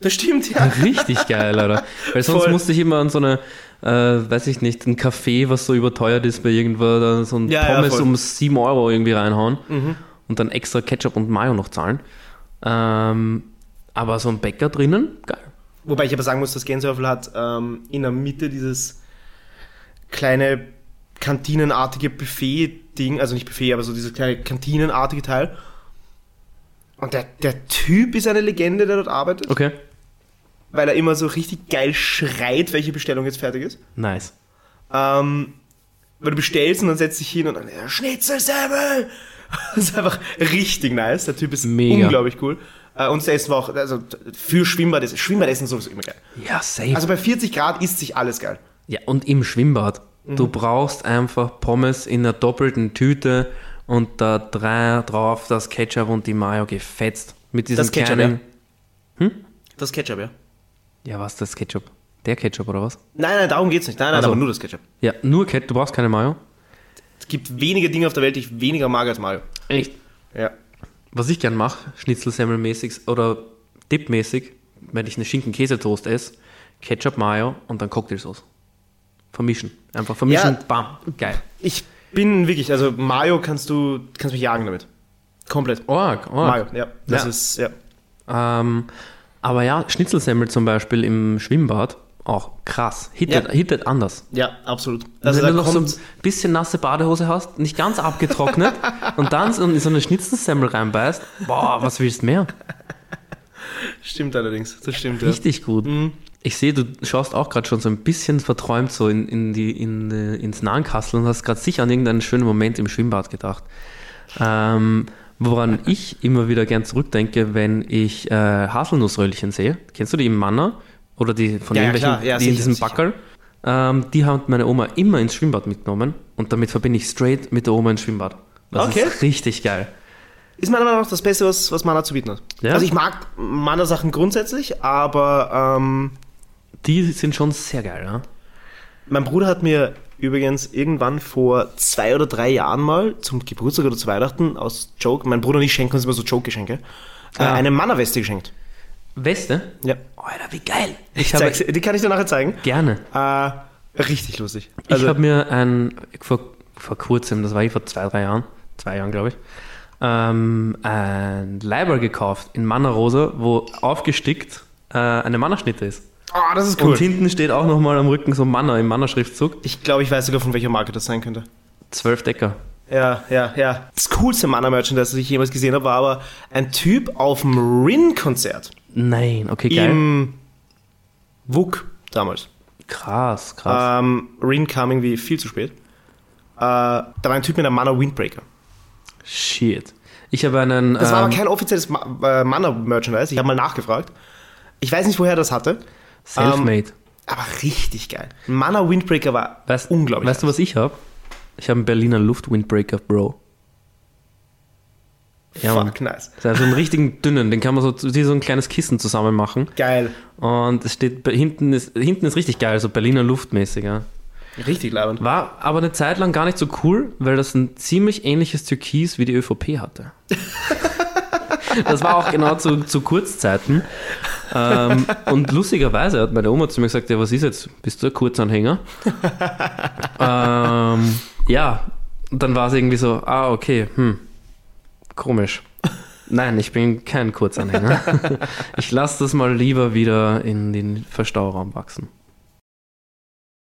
B: Das stimmt, ja.
A: Richtig geil, Alter. Weil sonst
B: Voll.
A: musste ich immer an so eine, äh, weiß ich nicht, ein Café, was so überteuert ist bei irgendwo, da so ein
B: Ja, ja,
A: Pommes
B: voll. Mhm.
A: um 7 Euro irgendwie reinhauen und dann extra Ketchup und Mayo noch zahlen. Ähm, aber so ein Bäcker drinnen, geil.
B: Wobei ich aber sagen muss, dass Gänsehöfel hat ähm, in der Mitte dieses kleine kantinenartige Buffet-Ding, also nicht Buffet, aber so dieses kleine kantinenartige Teil. Und der, der Typ ist eine Legende, der dort arbeitet,
A: Okay.
B: weil er immer so richtig geil schreit, welche Bestellung jetzt fertig ist.
A: Nice.
B: Ähm, weil du bestellst und dann setzt dich hin und dann ja, Schnitzelsemmel. Das ist einfach richtig nice. Der Typ ist
A: Mega.
B: unglaublich cool. Äh, Und das Essen war auch, also für Schwimmbadessen. Schwimmbad-Essen ist sowieso immer geil.
A: Ja, safe.
B: Also bei 40 Grad isst sich alles geil.
A: ja, und im Schwimmbad. Du
B: Mhm.
A: brauchst einfach Pommes in einer doppelten Tüte und da drei drauf das Ketchup und die Mayo gefetzt. Mit diesem
B: Das Ketchup,
A: kleinen.
B: Das Ketchup, ja?
A: Ja, was, das Ketchup? Der Ketchup oder was?
B: Nein, nein, darum geht's nicht. Nein, nein,
A: Also.
B: aber nur das Ketchup.
A: Ja, nur Ketchup, du brauchst keine Mayo.
B: Es gibt wenige Dinge auf der Welt, die ich weniger mag als Mario.
A: Echt?
B: Ja.
A: Was ich gern mache, Schnitzelsemmelmäßig oder Dipmäßig, wenn ich einen Schinken-Käsetoast esse, Ketchup, Mayo und dann Cocktailsauce. Vermischen. Einfach vermischen,
B: Ja.
A: bam, geil.
B: Ich bin wirklich, also Mario kannst du, kannst mich jagen damit. Komplett.
A: Org, org.
B: Mario, Oh. ja. Das
A: Ja.
B: ist, ja.
A: Ähm, aber ja, Schnitzelsemmel zum Beispiel im Schwimmbad, auch krass. Hittet,
B: Ja.
A: hittet anders.
B: Ja, absolut.
A: Also
B: Also
A: wenn
B: da
A: du noch so
B: kommt,
A: ein bisschen nasse Badehose hast, nicht ganz abgetrocknet und dann so in so eine Schnitzelsemmel reinbeißt, boah, was willst du mehr?
B: stimmt allerdings. Das stimmt, ja.
A: Richtig gut.
B: Mhm.
A: Ich sehe, du schaust auch gerade schon so ein bisschen verträumt so in, in die, in, äh, ins Nahenkastel und hast gerade sicher an irgendeinen schönen Moment im Schwimmbad gedacht. Ähm, woran ich immer wieder gern zurückdenke, wenn ich äh, Haselnussröllchen sehe. Kennst du die im Manna? Oder die von
B: Ja, ja,
A: irgendwelchen,
B: klar. Ja,
A: die in
B: sicher,
A: diesem
B: sicher.
A: Backerl? Ähm, die hat meine Oma immer ins Schwimmbad mitgenommen und damit verbinde ich straight mit der Oma ins Schwimmbad. Das
B: Okay.
A: ist richtig geil.
B: Ist meiner Meinung nach das Beste, was, was Mana zu bieten hat.
A: Ja.
B: Also ich mag Mana-Sachen grundsätzlich, aber ähm,
A: Die sind schon sehr geil, ne?
B: mein Bruder hat mir übrigens irgendwann vor zwei oder drei Jahren mal zum Geburtstag oder zu Weihnachten aus Joke, mein Bruder und ich schenken uns immer so Joke-Geschenke, äh,
A: Ah.
B: eine Mana-Weste geschenkt.
A: Weste?
B: Ja.
A: Alter, wie geil! Ich habe
B: Zeig's, die kann ich dir nachher zeigen.
A: gerne.
B: Äh, richtig lustig. Also,
A: ich habe mir ein, vor, vor kurzem, das war ich vor zwei, drei Jahren, zwei Jahren glaube ich, ähm, ein Leiber gekauft in Mannerose, wo aufgestickt äh, eine Mannerschnitte Ah, ist.
B: oh, das ist
A: Und
B: cool.
A: hinten steht auch nochmal am Rücken so Manner im Mannerschriftzug.
B: Ich glaube, ich weiß sogar, von welcher Marke das sein könnte.
A: Zwölf Decker.
B: Ja, ja, ja. Das coolste Mana-Merchandise, das ich jemals gesehen habe, war aber ein Typ auf dem Rin-Konzert.
A: Nein, okay, geil.
B: Im WUK damals.
A: krass, krass.
B: Ähm, Rin kam irgendwie viel zu spät. Äh, da war ein Typ mit einem Mana Windbreaker.
A: Shit. Ich habe einen.
B: Ah. Das war aber
A: ähm,
B: kein offizielles Ma äh, Mana Merchandise. Ich habe mal nachgefragt. Ich weiß nicht, woher das hatte,
A: Selfmade.
B: aber richtig geil. Mana Windbreaker war
A: weißt,
B: unglaublich.
A: Weißt du, was ich habe? Ich habe einen Berliner Luftwindbreaker, Bro. Ja, Mann.
B: Fuck, nice.
A: Das ist also einen richtigen dünnen, den kann man so wie so ein kleines Kissen zusammen machen.
B: Geil.
A: Und es steht bei- hinten ist hinten ist richtig geil, so Berliner Luftmäßig. Ja.
B: Richtig labernd.
A: War aber eine Zeit lang gar nicht so cool, weil das ein ziemlich ähnliches Türkis wie die ÖVP hatte. Das war auch genau zu, zu Kurzzeiten. Ähm, und lustigerweise hat meine Oma zu mir gesagt: Ja, was ist jetzt? Bist du ein Kurzanhänger? ähm, ja, und dann war es irgendwie so: Ah, okay, hm, komisch. Nein, ich bin kein Kurzanhänger. ich lasse das mal lieber wieder in den Verstauraum wachsen.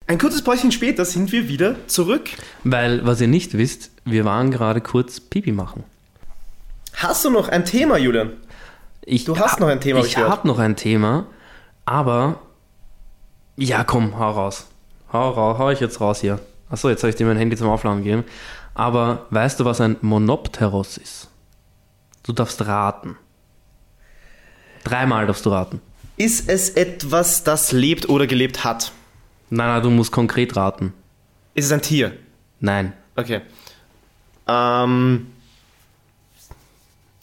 B: Ein kurzes Päuschen später sind wir wieder zurück.
A: Weil, was ihr nicht wisst, wir waren gerade kurz Pipi machen.
B: Hast du noch ein Thema, Julian?
A: Ich,
B: Du hast noch ein Thema, hab ich
A: Ich
B: gehört.
A: habe noch ein Thema, aber ja, komm, hau raus. hau, hau, hau ich jetzt raus hier. Achso, jetzt habe ich dir mein Handy zum Aufladen gegeben. Aber weißt du, was ein Monopteros ist? Du darfst raten. Dreimal darfst du raten.
B: Ist es etwas, das lebt oder gelebt hat?
A: Nein, nein, du musst konkret raten.
B: Ist es ein Tier?
A: Nein.
B: Okay. Ähm,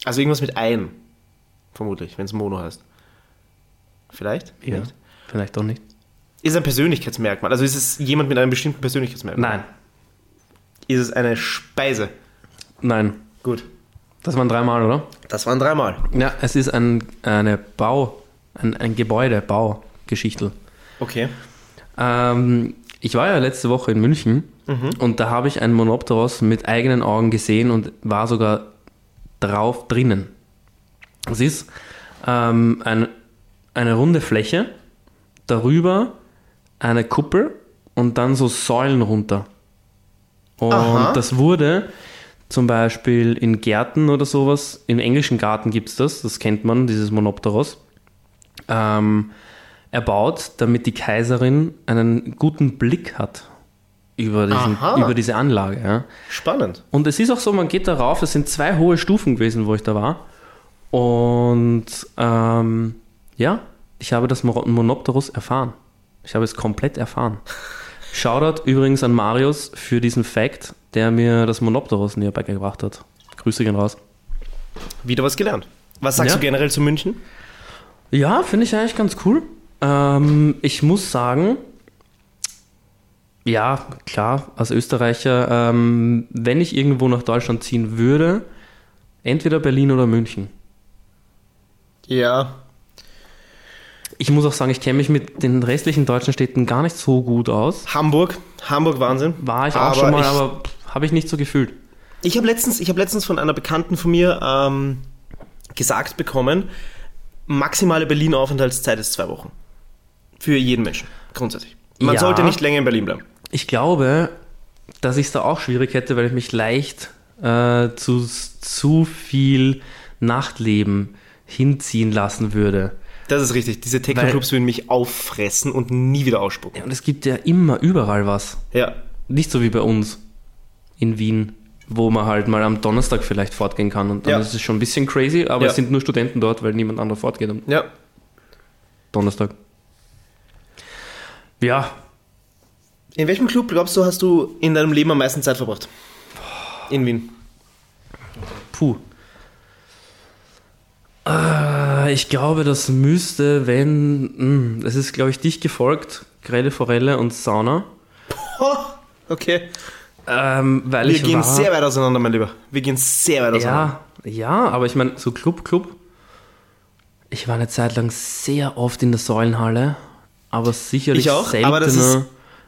B: also irgendwas mit ein. Vermutlich, wenn es Mono heißt. Vielleicht?
A: Ja.
B: Nicht?
A: Vielleicht doch nicht.
B: Ist es ein Persönlichkeitsmerkmal? Also ist es jemand mit einem bestimmten Persönlichkeitsmerkmal?
A: Nein.
B: Ist es eine Speise?
A: Nein.
B: Gut.
A: Das waren dreimal, oder?
B: Das waren dreimal.
A: Ja, es ist ein, eine Bau, ein, ein Gebäude, Baugeschichtel.
B: Okay.
A: Ähm, ich war ja letzte Woche in München und da habe ich einen Monopteros mit eigenen Augen gesehen und war sogar drauf drinnen. Es ist ähm, ein, eine runde Fläche, darüber eine Kuppel und dann so Säulen runter. Und
B: Aha.
A: das wurde zum Beispiel in Gärten oder sowas, im englischen Garten gibt es das, das kennt man, dieses Monopteros, ähm, erbaut, damit die Kaiserin einen guten Blick hat über, diesen,
B: Aha.
A: über diese Anlage. Ja.
B: Spannend.
A: Und es ist auch so, man geht da rauf, es sind zwei hohe Stufen gewesen, wo ich da war. Und ähm, ja, ich habe das Mor- Monopterus erfahren. Ich habe es komplett erfahren. Shoutout übrigens an Marius für diesen Fact, der mir das Monopterus näher beigebracht hat. Grüße gehen raus.
B: Wieder was gelernt. Was sagst
A: Ja.
B: du generell zu München?
A: Ja, finde ich eigentlich ganz cool. Ähm, ich muss sagen, ja, klar, als Österreicher, ähm, wenn ich irgendwo nach Deutschland ziehen würde, entweder Berlin oder München.
B: Ja.
A: Ich muss auch sagen, ich kenne mich mit den restlichen deutschen Städten gar nicht so gut aus.
B: Hamburg. Hamburg Wahnsinn.
A: War ich auch
B: Aber
A: schon mal,
B: ich-
A: aber habe ich nicht so gefühlt.
B: Ich habe letztens, ich hab letztens von einer Bekannten von mir ähm, gesagt bekommen, maximale Berlin-Aufenthaltszeit ist zwei Wochen. Für jeden Menschen, grundsätzlich. Man
A: Ja.
B: sollte nicht länger in Berlin bleiben.
A: Ich glaube, dass ich es da auch schwierig hätte, weil ich mich leicht äh, zu zu viel Nachtleben hinziehen lassen würde.
B: Das ist richtig. Diese Techno-Clubs würden mich auffressen und nie wieder ausspucken.
A: Ja, und es gibt ja immer überall was.
B: Ja.
A: Nicht so wie bei uns in Wien, wo man halt mal am Donnerstag vielleicht fortgehen kann. Und dann
B: Ja.
A: ist es schon ein bisschen crazy, aber
B: Ja.
A: es sind nur Studenten dort, weil niemand anderer fortgeht am
B: Ja.
A: Donnerstag. Ja,
B: In welchem Club, glaubst du, hast du in deinem Leben am meisten Zeit verbracht? In Wien.
A: puh. Äh, ich glaube, das müsste, wenn. mh, Es ist, glaube ich, dich gefolgt, Grelle Forelle und Sauna.
B: Okay.
A: Ähm, weil
B: Wir
A: ich
B: gehen
A: war,
B: sehr weit auseinander, mein Lieber. Wir gehen sehr weit auseinander.
A: Ja, ja, aber ich meine, so Club, Club. Ich war eine Zeit lang sehr oft in der Säulenhalle, aber sicherlich
B: Ich auch,
A: seltener.
B: aber das ist-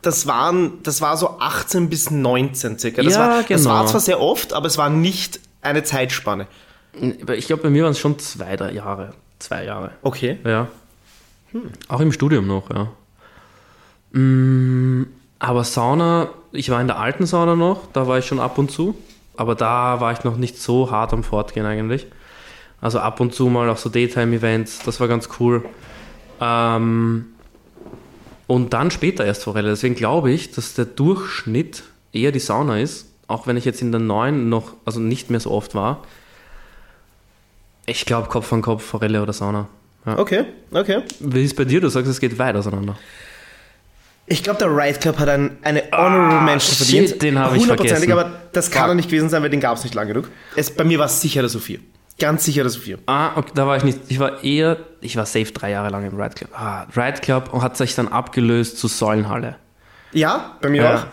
B: Das waren, das war so 18 bis 19 circa. Das,
A: Ja,
B: war, das
A: genau.
B: war zwar sehr oft, aber es war nicht eine Zeitspanne.
A: ich glaube, bei mir waren es schon zwei, drei Jahre. Zwei Jahre.
B: Okay.
A: Ja. Hm. Auch im Studium noch, ja. Mm, Aber Sauna, ich war in der alten Sauna noch, da war ich schon ab und zu. Aber da war ich noch nicht so hart am Fortgehen eigentlich. Also ab und zu mal auch so Daytime-Events, das war ganz cool. Ähm, und dann später erst Forelle. Deswegen glaube ich, dass der Durchschnitt eher die Sauna ist. Auch wenn ich jetzt in der neuen noch, also nicht mehr so oft war. Ich glaube Kopf an Kopf, Forelle oder Sauna. Ja.
B: Okay, okay.
A: Wie ist es bei dir? Du sagst, es geht weit auseinander.
B: Ich glaube, der Riot Club hat ein, eine Honorable Mention
A: shit,
B: verdient.
A: den hab ich
B: Hundertprozentig,
A: vergessen.
B: aber das kann
A: Fuck.
B: er nicht gewesen sein, weil den gab es nicht lang genug. Es, bei mir war es sicher der Sophie. Ganz sicher der Sophie.
A: Ah, okay, da war ich nicht. Ich war eher, ich war safe drei Jahre lang im Ride Club. Ah, Ride Club hat sich dann abgelöst zu Säulenhalle.
B: Ja, bei mir
A: Ja.
B: auch.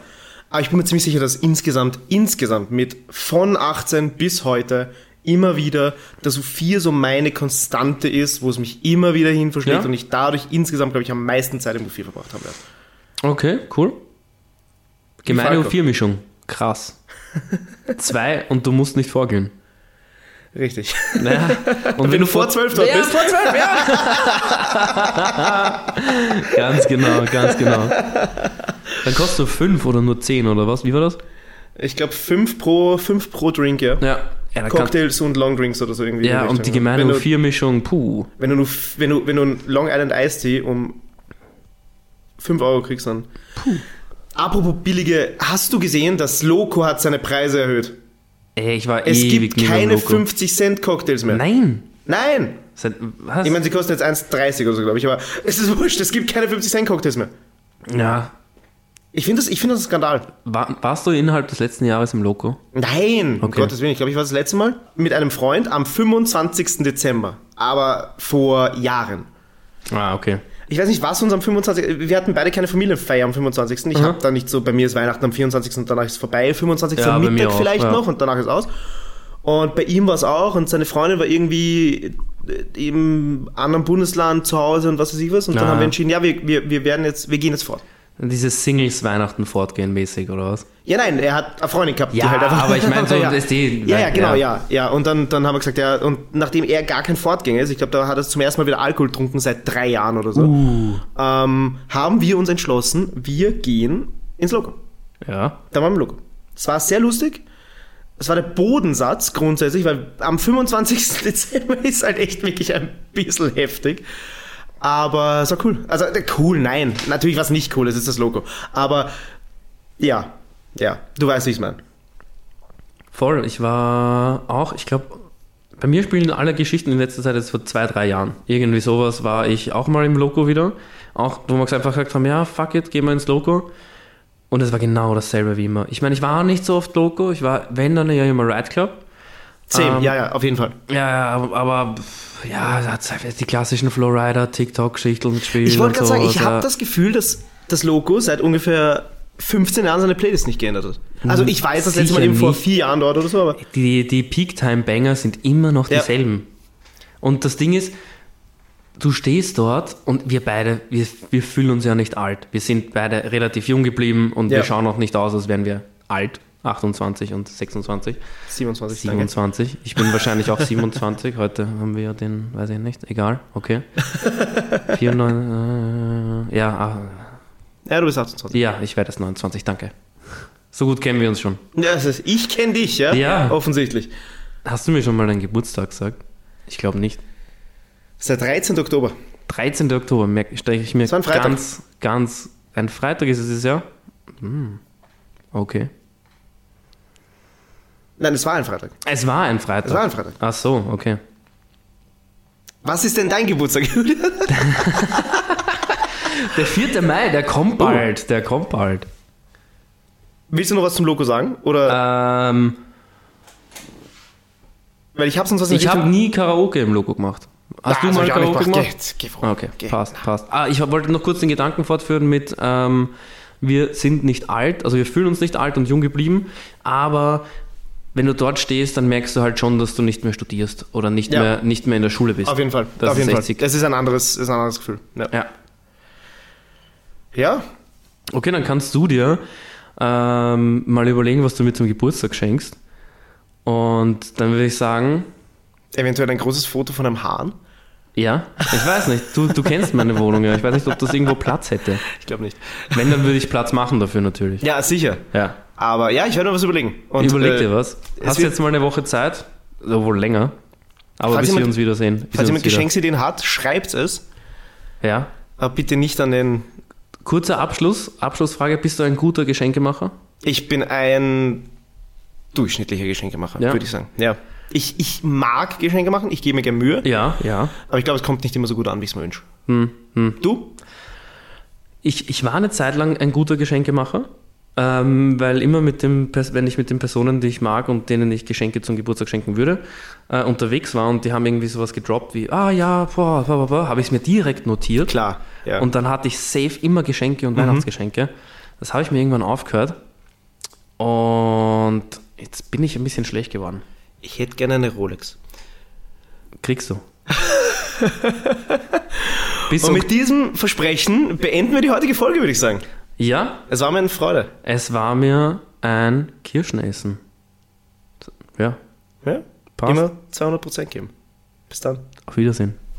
B: Aber ich bin mir ziemlich sicher, dass insgesamt, insgesamt mit von 18 bis heute immer wieder, dass Sophie so meine Konstante ist, wo es mich immer wieder hin verschlägt
A: Ja.
B: und ich dadurch insgesamt, glaube ich, am meisten Zeit im Profil verbracht habe.
A: Okay, cool. Gemeine
B: Falco.
A: U4-Mischung. Krass. Zwei und du musst nicht vorgehen.
B: Richtig.
A: Naja, und wenn,
B: du vor 12 dort
A: ja,
B: bist.
A: Vor 12, ja. ganz genau, ganz genau. Dann kostet du fünf oder nur zehn oder was? Wie war das?
B: Ich glaube, 5 pro, fünf pro Drink, ja.
A: Ja. ja dann kann-
B: Cocktails und Longdrinks oder so irgendwie. in
A: ja, und die
B: Richtung,
A: gemeine
B: Wenn du,
A: U4-Mischung, puh.
B: wenn, du, nur f- wenn, du, wenn du einen Long Island Iced Tea um 5 Euro kriegst, dann Apropos billige, hast du gesehen, dass Loco hat seine Preise erhöht?
A: Ey, ich war
B: Es
A: ewig
B: gibt keine
A: Loco.
B: 50 Cent Cocktails mehr.
A: Nein.
B: Nein.
A: Seit, was?
B: Ich meine, sie kosten jetzt 1,30 oder so, glaube ich, aber es ist wurscht, es gibt keine 50 Cent Cocktails mehr.
A: ja.
B: Ich finde das, ich finde das ein Skandal.
A: War, warst du innerhalb des letzten Jahres im Loco?
B: Nein, um
A: Okay.
B: Gottes Willen. Ich glaube, ich war das letzte Mal mit einem Freund am 25. Dezember, aber vor Jahren.
A: Ah, okay.
B: Ich weiß nicht, was uns am 25. Wir hatten beide keine Familienfeier am 25. Ich
A: Mhm.
B: habe da nicht so, bei mir ist Weihnachten am 24. und danach ist es vorbei. 25.
A: Ja,
B: am
A: bei mir
B: Mittag
A: auch,
B: vielleicht
A: ja.
B: noch und danach ist aus. Und bei ihm war es auch und seine Freundin war irgendwie äh, im anderen Bundesland zu Hause und was weiß ich was. Und dann
A: Ah.
B: haben wir entschieden, ja, wir, wir, wir werden jetzt, wir gehen jetzt fort.
A: Dieses Singles-Weihnachten fortgehen mäßig, oder was?
B: Ja, nein, er hat eine Freundin gehabt. halt
A: Ja,
B: einfach-
A: aber ich meine so,
B: ja.
A: das ist die-
B: Ja, ja,
A: ja.
B: genau, ja. ja. Und dann, dann haben wir gesagt, ja, und nachdem er gar kein Fortgänger ist, ich glaube, da hat er zum ersten Mal wieder Alkohol getrunken seit drei Jahren oder
A: Uh.
B: so, ähm, haben wir uns entschlossen, wir gehen ins Logo.
A: Ja.
B: Da waren wir im Logo. Es war sehr lustig. Es war der Bodensatz grundsätzlich, weil am 25. Dezember ist halt echt wirklich ein bisschen heftig. Aber es war cool. Also äh, cool, nein. Natürlich war es nicht cool, es ist das Logo. Aber ja, ja, du weißt, wie ich es meine.
A: Voll. Ich war auch, ich glaube, bei mir spielen alle Geschichten in letzter Zeit jetzt vor zwei, drei Jahren. Irgendwie sowas war ich auch mal im Loco wieder. Auch, wo wir uns einfach gesagt haben, ja, fuck it, gehen wir ins Loco. Und es war genau dasselbe wie immer. Ich meine, ich war nicht so oft Loco. Ich war, wenn, dann ja immer Ride Club.
B: Same,
A: Ähm,
B: ja, ja, auf jeden Fall.
A: Ja, ja, aber, aber pff, ja, da hat's halt die klassischen Flowrider, TikTok-Geschichten gespielt.
B: Ich
A: und
B: wollte
A: also
B: gerade sagen, ich
A: sowas,
B: habe
A: ja.
B: das Gefühl, dass das Logo seit ungefähr 15 Jahren seine Playlist nicht geändert hat. Also ich weiß das letzte Mal
A: Hm, Sicher
B: eben vor
A: nicht.
B: vier Jahren dort oder so, aber
A: Die, die Peak-Time-Banger sind immer noch
B: Ja.
A: dieselben. Und das Ding ist, du stehst dort und wir beide, wir, wir fühlen uns ja nicht alt. Wir sind beide relativ jung geblieben und
B: Ja.
A: wir schauen auch nicht aus, als wären wir alt. 28 und 26.
B: 27, danke.
A: 27. Ich bin wahrscheinlich auch 27. Heute haben wir ja den, weiß ich nicht, egal, okay. 94, äh, ja, ah,
B: Ja, du bist 28.
A: ja, ich werde es 29, danke. So gut kennen wir uns schon.
B: Ja, das ist, ich kenne dich, ja?
A: Ja.
B: Offensichtlich.
A: Hast du mir schon mal deinen Geburtstag gesagt? Ich glaube nicht.
B: Seit 13. Oktober.
A: 13. Oktober merke steche ich mir
B: Das war ein Freitag.
A: ganz, ganz. Ein Freitag ist es dieses Jahr? Hm. Okay.
B: Nein, es war ein Freitag.
A: Es war ein Freitag.
B: Es war ein Freitag.
A: Ach so, okay.
B: Was ist denn dein Geburtstag, Julian?
A: Der 4. Mai, der kommt
B: Oh.
A: bald. Der kommt bald.
B: Willst du noch was zum Logo sagen? Oder,
A: Ähm,
B: weil Also ich habe sonst was in
A: ich habe
B: Richtung-
A: nie Karaoke im Logo gemacht. Hast
B: Ah,
A: du
B: das hab
A: mal
B: ich auch nicht
A: Karaoke
B: gemacht.
A: gemacht?
B: Geht, geht vor.
A: Okay,
B: Geht.
A: passt, passt. Ah, ich wollte noch kurz den Gedanken fortführen mit, ähm, wir sind nicht alt, also wir fühlen uns nicht alt und jung geblieben, aber wenn du dort stehst, dann merkst du halt schon, dass du nicht mehr studierst oder nicht,
B: Ja.
A: mehr, nicht mehr in der Schule bist.
B: Auf jeden Fall.
A: Das
B: auf
A: ist
B: jeden
A: echt
B: Fall.
A: sick.
B: Das ist ein anderes, ist ein anderes Gefühl. Ja.
A: Ja.
B: ja?
A: Okay, dann kannst du dir ähm, mal überlegen, was du mir zum Geburtstag schenkst. Und dann würde ich sagen,
B: Eventuell ein großes Foto von einem Hahn?
A: ja, ich weiß nicht, du, du kennst meine Wohnung ja, ich weiß nicht, ob das irgendwo Platz hätte.
B: Ich glaube nicht.
A: Wenn, dann würde ich Platz machen dafür natürlich.
B: Ja, sicher.
A: Ja.
B: Aber ja, ich werde mir was überlegen. Und,
A: Überleg
B: äh,
A: dir was.
B: es
A: Hast
B: wird-
A: jetzt mal eine Woche Zeit, obwohl länger, aber
B: Falls
A: bis wir
B: jemand-
A: uns wiedersehen. bis
B: Falls
A: wir
B: jemand
A: uns wieder-
B: Geschenksideen hat, schreibt es.
A: Ja.
B: Aber bitte nicht an den.
A: Kurzer Abschluss, Abschlussfrage, bist du ein guter Geschenkemacher?
B: Ich bin ein durchschnittlicher Geschenkemacher,
A: Ja.
B: würde ich sagen. Ja. Ich, ich mag Geschenke machen, ich gebe mir gerne Mühe,
A: Ja, Hm, ja.
B: aber ich glaube, es kommt nicht immer so gut an, wie ich es mir wünsche. Du?
A: Ich, ich war eine Zeit lang ein guter Geschenkemacher, ähm, weil immer mit dem, Pers- wenn ich mit den Personen, die ich mag und denen ich Geschenke zum Geburtstag schenken würde, äh, unterwegs war und die haben irgendwie sowas gedroppt wie, ah ja, boah, boah, boah, boah habe ich es mir direkt notiert.
B: Klar. Ja.
A: Und dann hatte ich safe immer Geschenke und Weihnachtsgeschenke. Das habe ich mir irgendwann aufgehört. Und jetzt bin ich ein bisschen schlecht geworden.
B: ich hätte gerne eine Rolex.
A: Kriegst du. Bis um-
B: Und
A: ok
B: mit diesem Versprechen beenden wir die heutige Folge, würde ich sagen.
A: ja,
B: Es war mir eine Freude.
A: es war mir ein Kirschenessen. Ja,
B: Ja?
A: passt.
B: Immer 200% geben. Bis dann.
A: Auf Wiedersehen.